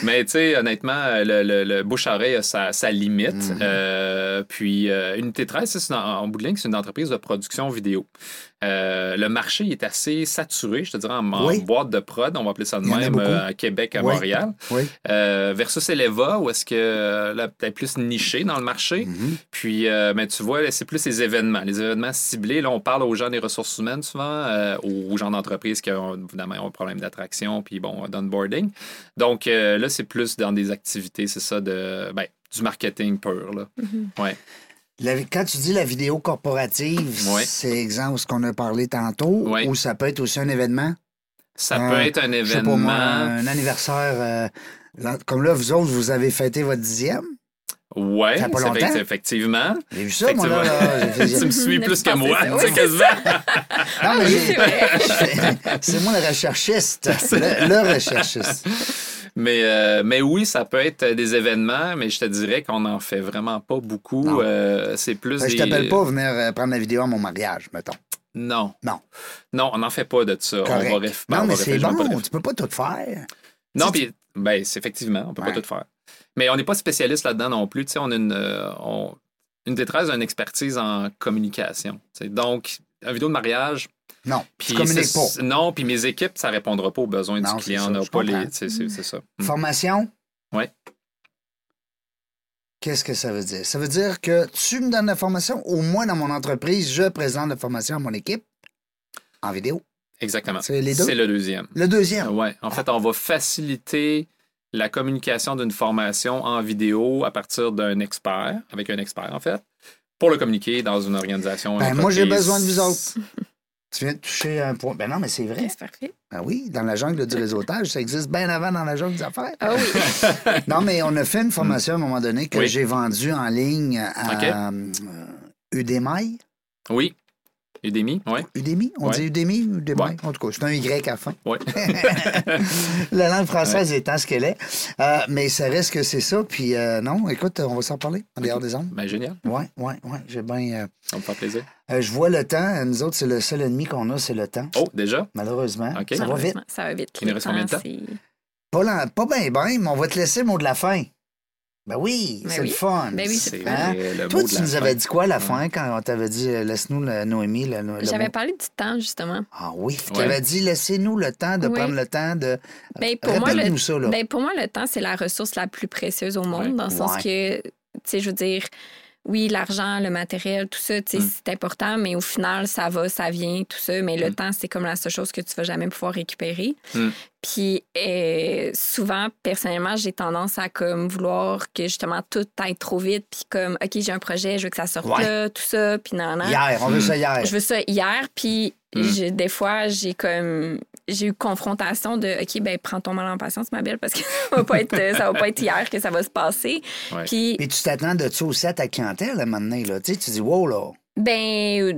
Mais tu sais, honnêtement, euh, le, le, le bouche-oreille a sa, sa limite. Mm-hmm. Euh, puis, euh, Unité 13, c'est une- en bout de ligne, c'est une entreprise de production vidéo. Euh, le marché est assez saturé, je te dirais, en, en Oui. boîte de prod, on va appeler ça de Il y en a même, beaucoup. euh, à Québec, à Oui. Montréal. Oui. Euh, versus Eleva, où est-ce que euh, là, peut-être plus niché dans le marché. Mhm. Puis, euh, mais tu vois, là, c'est plus les événements, les événements ciblés. Là, on parle aux gens des ressources humaines souvent, euh, aux aux gens d'entreprise qui ont évidemment ont un problème d'attraction, puis bon, d'onboarding. Donc euh, là, c'est plus dans des activités, c'est ça, de, ben, du marketing pur. Là. Mm-hmm. La- quand tu dis la vidéo corporative, Ouais. c'est exemple ce qu'on a parlé tantôt, Ouais. ou ça peut être aussi un événement. Ça Un- peut être un Ah, Je sais pas moi, événement. un anniversaire. euh, l'an- comme là, vous autres, vous avez fêté votre dixième. ouais, Ça fait pas ça fait- longtemps. effectivement. J'ai vu ça, moi, là. là. J'ai fait- tu me Ah, suis plus que moi, Oui, tu sais, c'est quasiment. Non, mais Oui, j'ai- c'est vrai. c'est moi le recherchiste. Le, le recherchiste. Mais, euh, mais oui, ça peut être des événements, mais je te dirais qu'on n'en fait vraiment pas beaucoup. Non. Euh, c'est plus Ben, des... je t'appelle pas à venir euh, prendre la vidéo à mon mariage, mettons. Non. Non. Non, on n'en fait pas de ça. Correct. On va ref- on non, va mais c'est réfléchir, on va bon, ref- tu peux pas tout faire. Non, puis, ben, c'est effectivement, on peut Ouais. pas tout faire. Mais on n'est pas spécialiste là-dedans non plus. Tu sais, on a une, euh, on- une des 13 a une expertise en communication. tu sais. Donc, une vidéo de mariage. Non, tu Puis communiques c'est- pas. Non, puis mes équipes, ça répondra pas aux besoins Non, du c'est client. ça, on n'a je pas les. comprends. tu sais, C'est c'est ça. Mm. Formation? Ouais. Qu'est-ce que ça veut dire? Ça veut dire que tu me donnes la formation, ou moi, dans mon entreprise, je présente la formation à mon équipe en vidéo. Exactement. C'est les deux? C'est le deuxième. Le deuxième. Euh, Ouais. En fait, on va faciliter la communication d'une formation en vidéo à partir d'un expert, avec un expert, en fait, pour le communiquer dans une organisation. Ben, une moi, j'ai entreprise. besoin de vous autres. Tu viens de toucher un point. Ben non, mais c'est vrai. C'est parfait. Ben oui, dans la jungle du réseautage, ça existe bien avant dans la jungle des affaires. Ah oui. Non, mais on a fait une formation à un moment donné que Mm. Oui. j'ai vendue en ligne à euh, Udemy. Oui. Udemy, oui. Udemy? On Ouais. dit Udemy ou Udemy? Ouais. En tout cas, c'est un Y à la fin. Ouais. La langue française étant ce qu'elle est. Euh, mais ça reste que c'est ça. Puis euh, non, écoute, on va s'en parler en dehors des ondes. Ben, génial. Oui, oui, oui. J'ai bien. euh, Ça me fait plaisir. euh, je vois le temps. Nous autres, c'est le seul ennemi qu'on a, c'est le temps. Oh, déjà? Malheureusement. OK. Ça va vite. Malheureusement, Ça va vite. Il nous reste combien de temps? Pas, lent- pas bien, bien, mais on va te laisser le mot de la fin. Ben oui, Ben c'est oui. le fun. Ben oui, c'est C'est le fun. Hein? vrai, le Toi, mot de tu la nous fin. avais dit quoi à la fin quand on t'avait dit euh, laisse-nous le Noémie le, le- le J'avais mot? parlé du temps, justement. Ah oui, tu Ouais. avais dit laissez-nous le temps de Oui. prendre le temps de Ben, pour, moi, Répète-nous le, ça, là. ben, pour moi, le temps, c'est la ressource la plus précieuse au monde, Ouais. dans le sens que, tu sais, je veux dire, oui, l'argent, le matériel, tout ça, tu sais, Mm. c'est important, mais au final, ça va, ça vient, tout ça. Mais le temps, c'est comme la seule chose que tu vas jamais pouvoir récupérer. Mm. Puis euh, souvent, personnellement, j'ai tendance à comme vouloir que justement tout aille trop vite, puis comme, OK, j'ai un projet, je veux que ça sorte Ouais. là, tout ça, puis nan, nan. hier, on veut Hmm. ça hier. Je veux ça hier, puis Mm. j'ai- des fois, j'ai comme. J'ai eu confrontation de OK, ben prends ton mal en patience, ma belle, parce que ça va pas être, euh, ça va pas être hier que ça va se passer. Ouais. Puis, Puis tu t'attends de ça aussi à ta clientèle à un moment donné, là. Tu sais, tu dis wow là. ben, euh,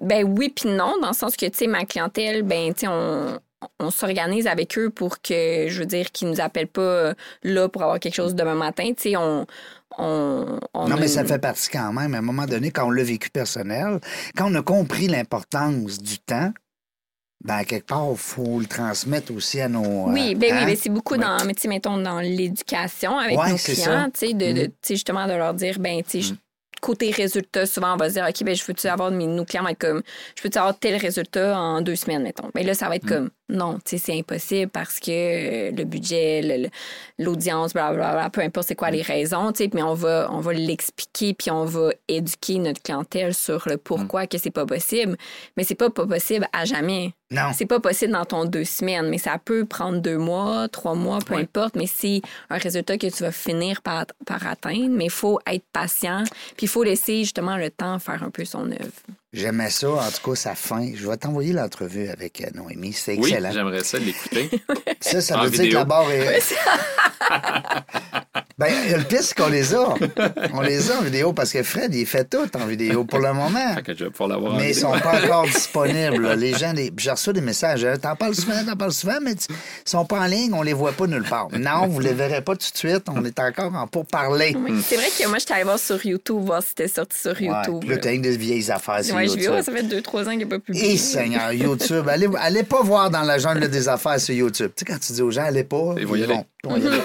ben oui, puis non, dans le sens que, tu sais, ma clientèle, ben, tu sais, on. On s'organise avec eux pour que, je veux dire, qu'ils nous appellent pas là pour avoir quelque chose demain matin. Tu sais, on, on, on non, a mais ça une- fait partie quand même, à un moment donné, quand on l'a vécu personnel, quand on a compris l'importance du temps, ben quelque part, il faut le transmettre aussi à nos. Oui, euh, ben hein? oui, mais c'est beaucoup Ouais. dans, mais tu sais, mettons, dans l'éducation avec Ouais, nos c'est Mm. clients, tu sais, de, de- Mhm. tu sais, justement, de leur dire, ben, tu sais, je- côté résultat, souvent, on va se dire, OK, ben, je veux-tu avoir, mes- nos clients vont être comme, je peux-tu avoir tel résultat en deux semaines, mettons. Mais là, ça Mm. va être comme, non, tu sais, c'est impossible parce que euh, le budget, le- le- l'audience, blablabla, peu importe c'est quoi Mm. les raisons, tu sais, mais on va, on va l'expliquer, puis on va éduquer notre clientèle sur Mm. le pourquoi que c'est pas possible. Mais c'est pas pas possible à jamais. Non. C'est pas possible dans ton deux semaines, mais ça peut prendre deux mois, trois mois, peu Ouais. importe. Mais c'est un résultat que tu vas finir par, par atteindre. Mais il faut être patient, puis il faut laisser justement le temps faire un peu son œuvre. J'aimais ça, en tout cas, sa fin. Je vais t'envoyer l'entrevue avec euh, Noémie. C'est Oui, excellent. j'aimerais ça l'écouter. ça, ça En veut dire que vidéo. la barre est. Ben, le pire, c'est qu'on les a. On les a en vidéo parce que Fred, il fait tout en vidéo pour le moment. Fait que je vais pouvoir l'avoir en Mais ils vidéo. sont pas encore disponibles. là. Les gens, les... j'ai reçu des messages. euh, T'en parles souvent, t'en parles souvent, mais tu- ils sont pas en ligne, on les voit pas nulle part. Non, vous les verrez pas tout de suite. On est encore en pourparlers. Oui. C'est vrai que moi, j'étais allée voir sur YouTube, voir si c'était sorti sur Hmm. Ouais, YouTube. puis là, t'as rien que des vieilles affaires sur Ouais, je YouTube. vais, ouais, ça fait deux, trois ans qu'il n'est pas publié. Et Eh, Seigneur, YouTube, allez, allez pas voir dans la jungle des affaires sur YouTube. Tu sais, quand tu dis aux gens, allez pas, Ils vont y ils aller. vont. Ils vont y aller.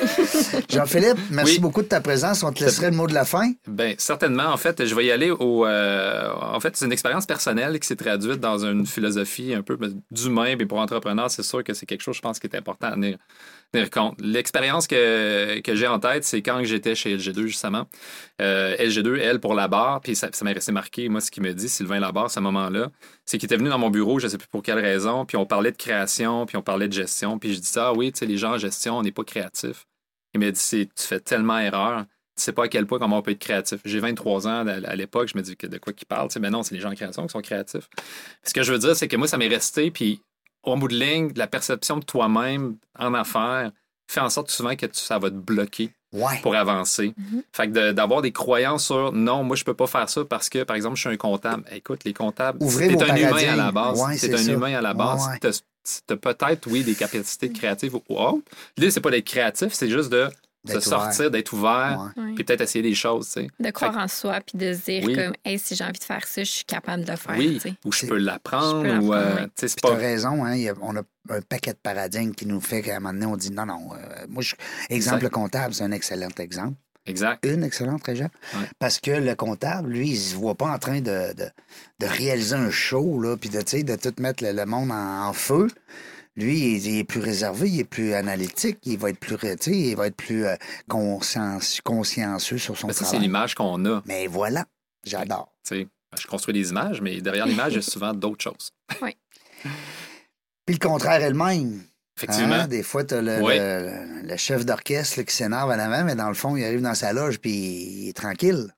Jean-Philippe, merci Oui. beaucoup de ta présence. On te laisserait le mot de la fin. Ben, certainement. En fait, je vais y aller au. euh, en fait, c'est une expérience personnelle qui s'est traduite dans une philosophie un peu ben, d'humain. Puis pour entrepreneur, c'est sûr que c'est quelque chose, je pense, qui est important à tenir, tenir compte. L'expérience que, que j'ai en tête, c'est quand j'étais chez LG2, justement. Euh, LG2, elle pour la barre. Puis ça ça m'a resté marqué, moi, ce qu'il me dit, Sylvain Labarre, à ce moment-là, c'est qu'il était venu dans mon bureau, je ne sais plus pour quelle raison. Puis on parlait de création, puis on parlait de gestion. Puis je dis ça, ah oui, tu sais, les gens en gestion, on n'est pas créatif. Il m'a dit, C'est- tu fais tellement erreur tu sais pas à quel point comment on peut être créatif. J'ai 23 ans à, à l'époque, je me dis que de quoi qu'ils parlent. Tu sais, mais non, c'est les gens en création qui sont créatifs. Ce que je veux dire, c'est que moi, ça m'est resté, puis au bout de ligne, la perception de toi-même en affaires fait en sorte souvent que tu- ça va te bloquer Ouais. pour avancer. Mhm. Fait que de- d'avoir des croyances sur non, moi, je peux pas faire ça parce que, par exemple, je suis un comptable. Écoute, les comptables, Ouvrez t'es vos un humain à paradigmes. la base. Ouais, t'es c'est un ça. humain à la base. Ouais, Mm. ouais. T'as- T'as peut-être, oui, des capacités créatives ou autres. L'idée, c'est pas d'être créatif, c'est juste de se D'être ouvert. sortir, hein? d'être ouvert, Ouais. Ouais. puis peut-être essayer des choses, tu sais. De croire en soi, puis de se dire, Oui. comme, hey, si j'ai envie de faire ça, je suis capable de le faire. Oui, tu sais. ou je C'est- peux l'apprendre, je peux ou... l'apprendre, euh, oui. tu sais, c'est Puis pas... t'as raison, hein, il y a- on a un paquet de paradigmes qui nous fait qu'à un moment donné, on dit non, non. euh, moi, je- exemple Exact. comptable, c'est un excellent exemple. Exact. Une excellente région. Ouais. Parce que le comptable, lui, il se voit pas en train de, de, de réaliser un show, là, puis de, tu sais, de tout mettre le, le monde en, en feu. Lui, il, il est plus réservé, il est plus analytique, il va être plus, tu sais, il va être plus euh, conscienci- consciencieux sur son Ben, ça, c'est travail. l'image qu'on a, tu Mais voilà, j'adore. sais. Ben, Je construis des images, mais derrière l'image, il y a souvent d'autres choses. Puis le contraire est le même. Effectivement. Hein, des fois, t'as le, Oui. le- le chef d'orchestre là, qui s'énerve en avant, mais dans le fond, il arrive dans sa loge puis il est tranquille.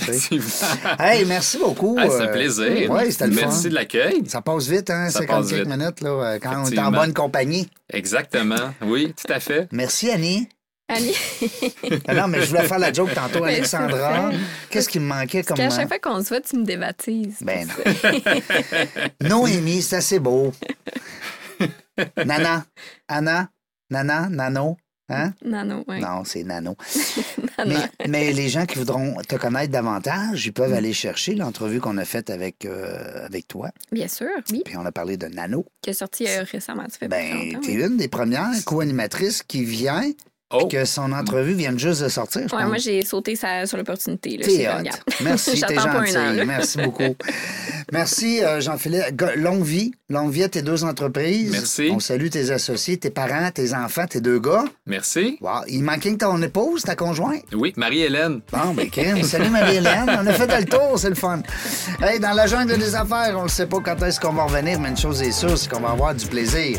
Effectivement. Hey, merci beaucoup. Hey, c'est un euh, plaisir. ouais, c'était le Merci fun. de l'accueil. Ça passe vite, hein, Ça 55 passe vite. minutes, là, euh, quand on est en Effectivement. bonne compagnie. Exactement. Oui, tout à fait. Merci, Annie. Annie, Ah non, mais je voulais faire la joke tantôt, Alexandra. Qu'est-ce qui me manquait comme. qu'à chaque fois qu'on se voit, tu me débaptises. Ben non. euh, Noémie, c'est assez beau. Nana. Anna. Nana. Nano. Hein? Non, non, ouais. Non, c'est Nano. Nana. Mais, mais les gens qui voudront te connaître davantage, ils Mm. peuvent aller chercher l'entrevue qu'on a faite avec, euh, avec toi. Bien sûr, oui. Puis on a parlé de Nano. Qui est sorti euh, récemment, tu fais pas Ben, longtemps, t'es oui. une des premières co-animatrices qui vient Oh, que son entrevue vient juste de sortir. je Ouais, pense. moi, j'ai sauté ça, sur l'opportunité. là. T'es J'ai hot. comme, regarde. Merci, t'es J'attends pas un gentil. an, là. Merci beaucoup. Merci, euh, Jean-Philippe. Go- Longue vie. Longue vie à tes deux entreprises. Merci. On salue tes associés, tes parents, tes enfants, tes deux gars. merci. Wow. Il manquait que ton épouse, ta conjointe. Oui, Marie-Hélène. Bon, ben, Kim, salut Marie-Hélène. On a fait le tour, c'est le fun. Hey, dans la jungle des affaires, on ne sait pas quand est-ce qu'on va revenir, mais une chose est sûre, c'est qu'on va avoir du plaisir.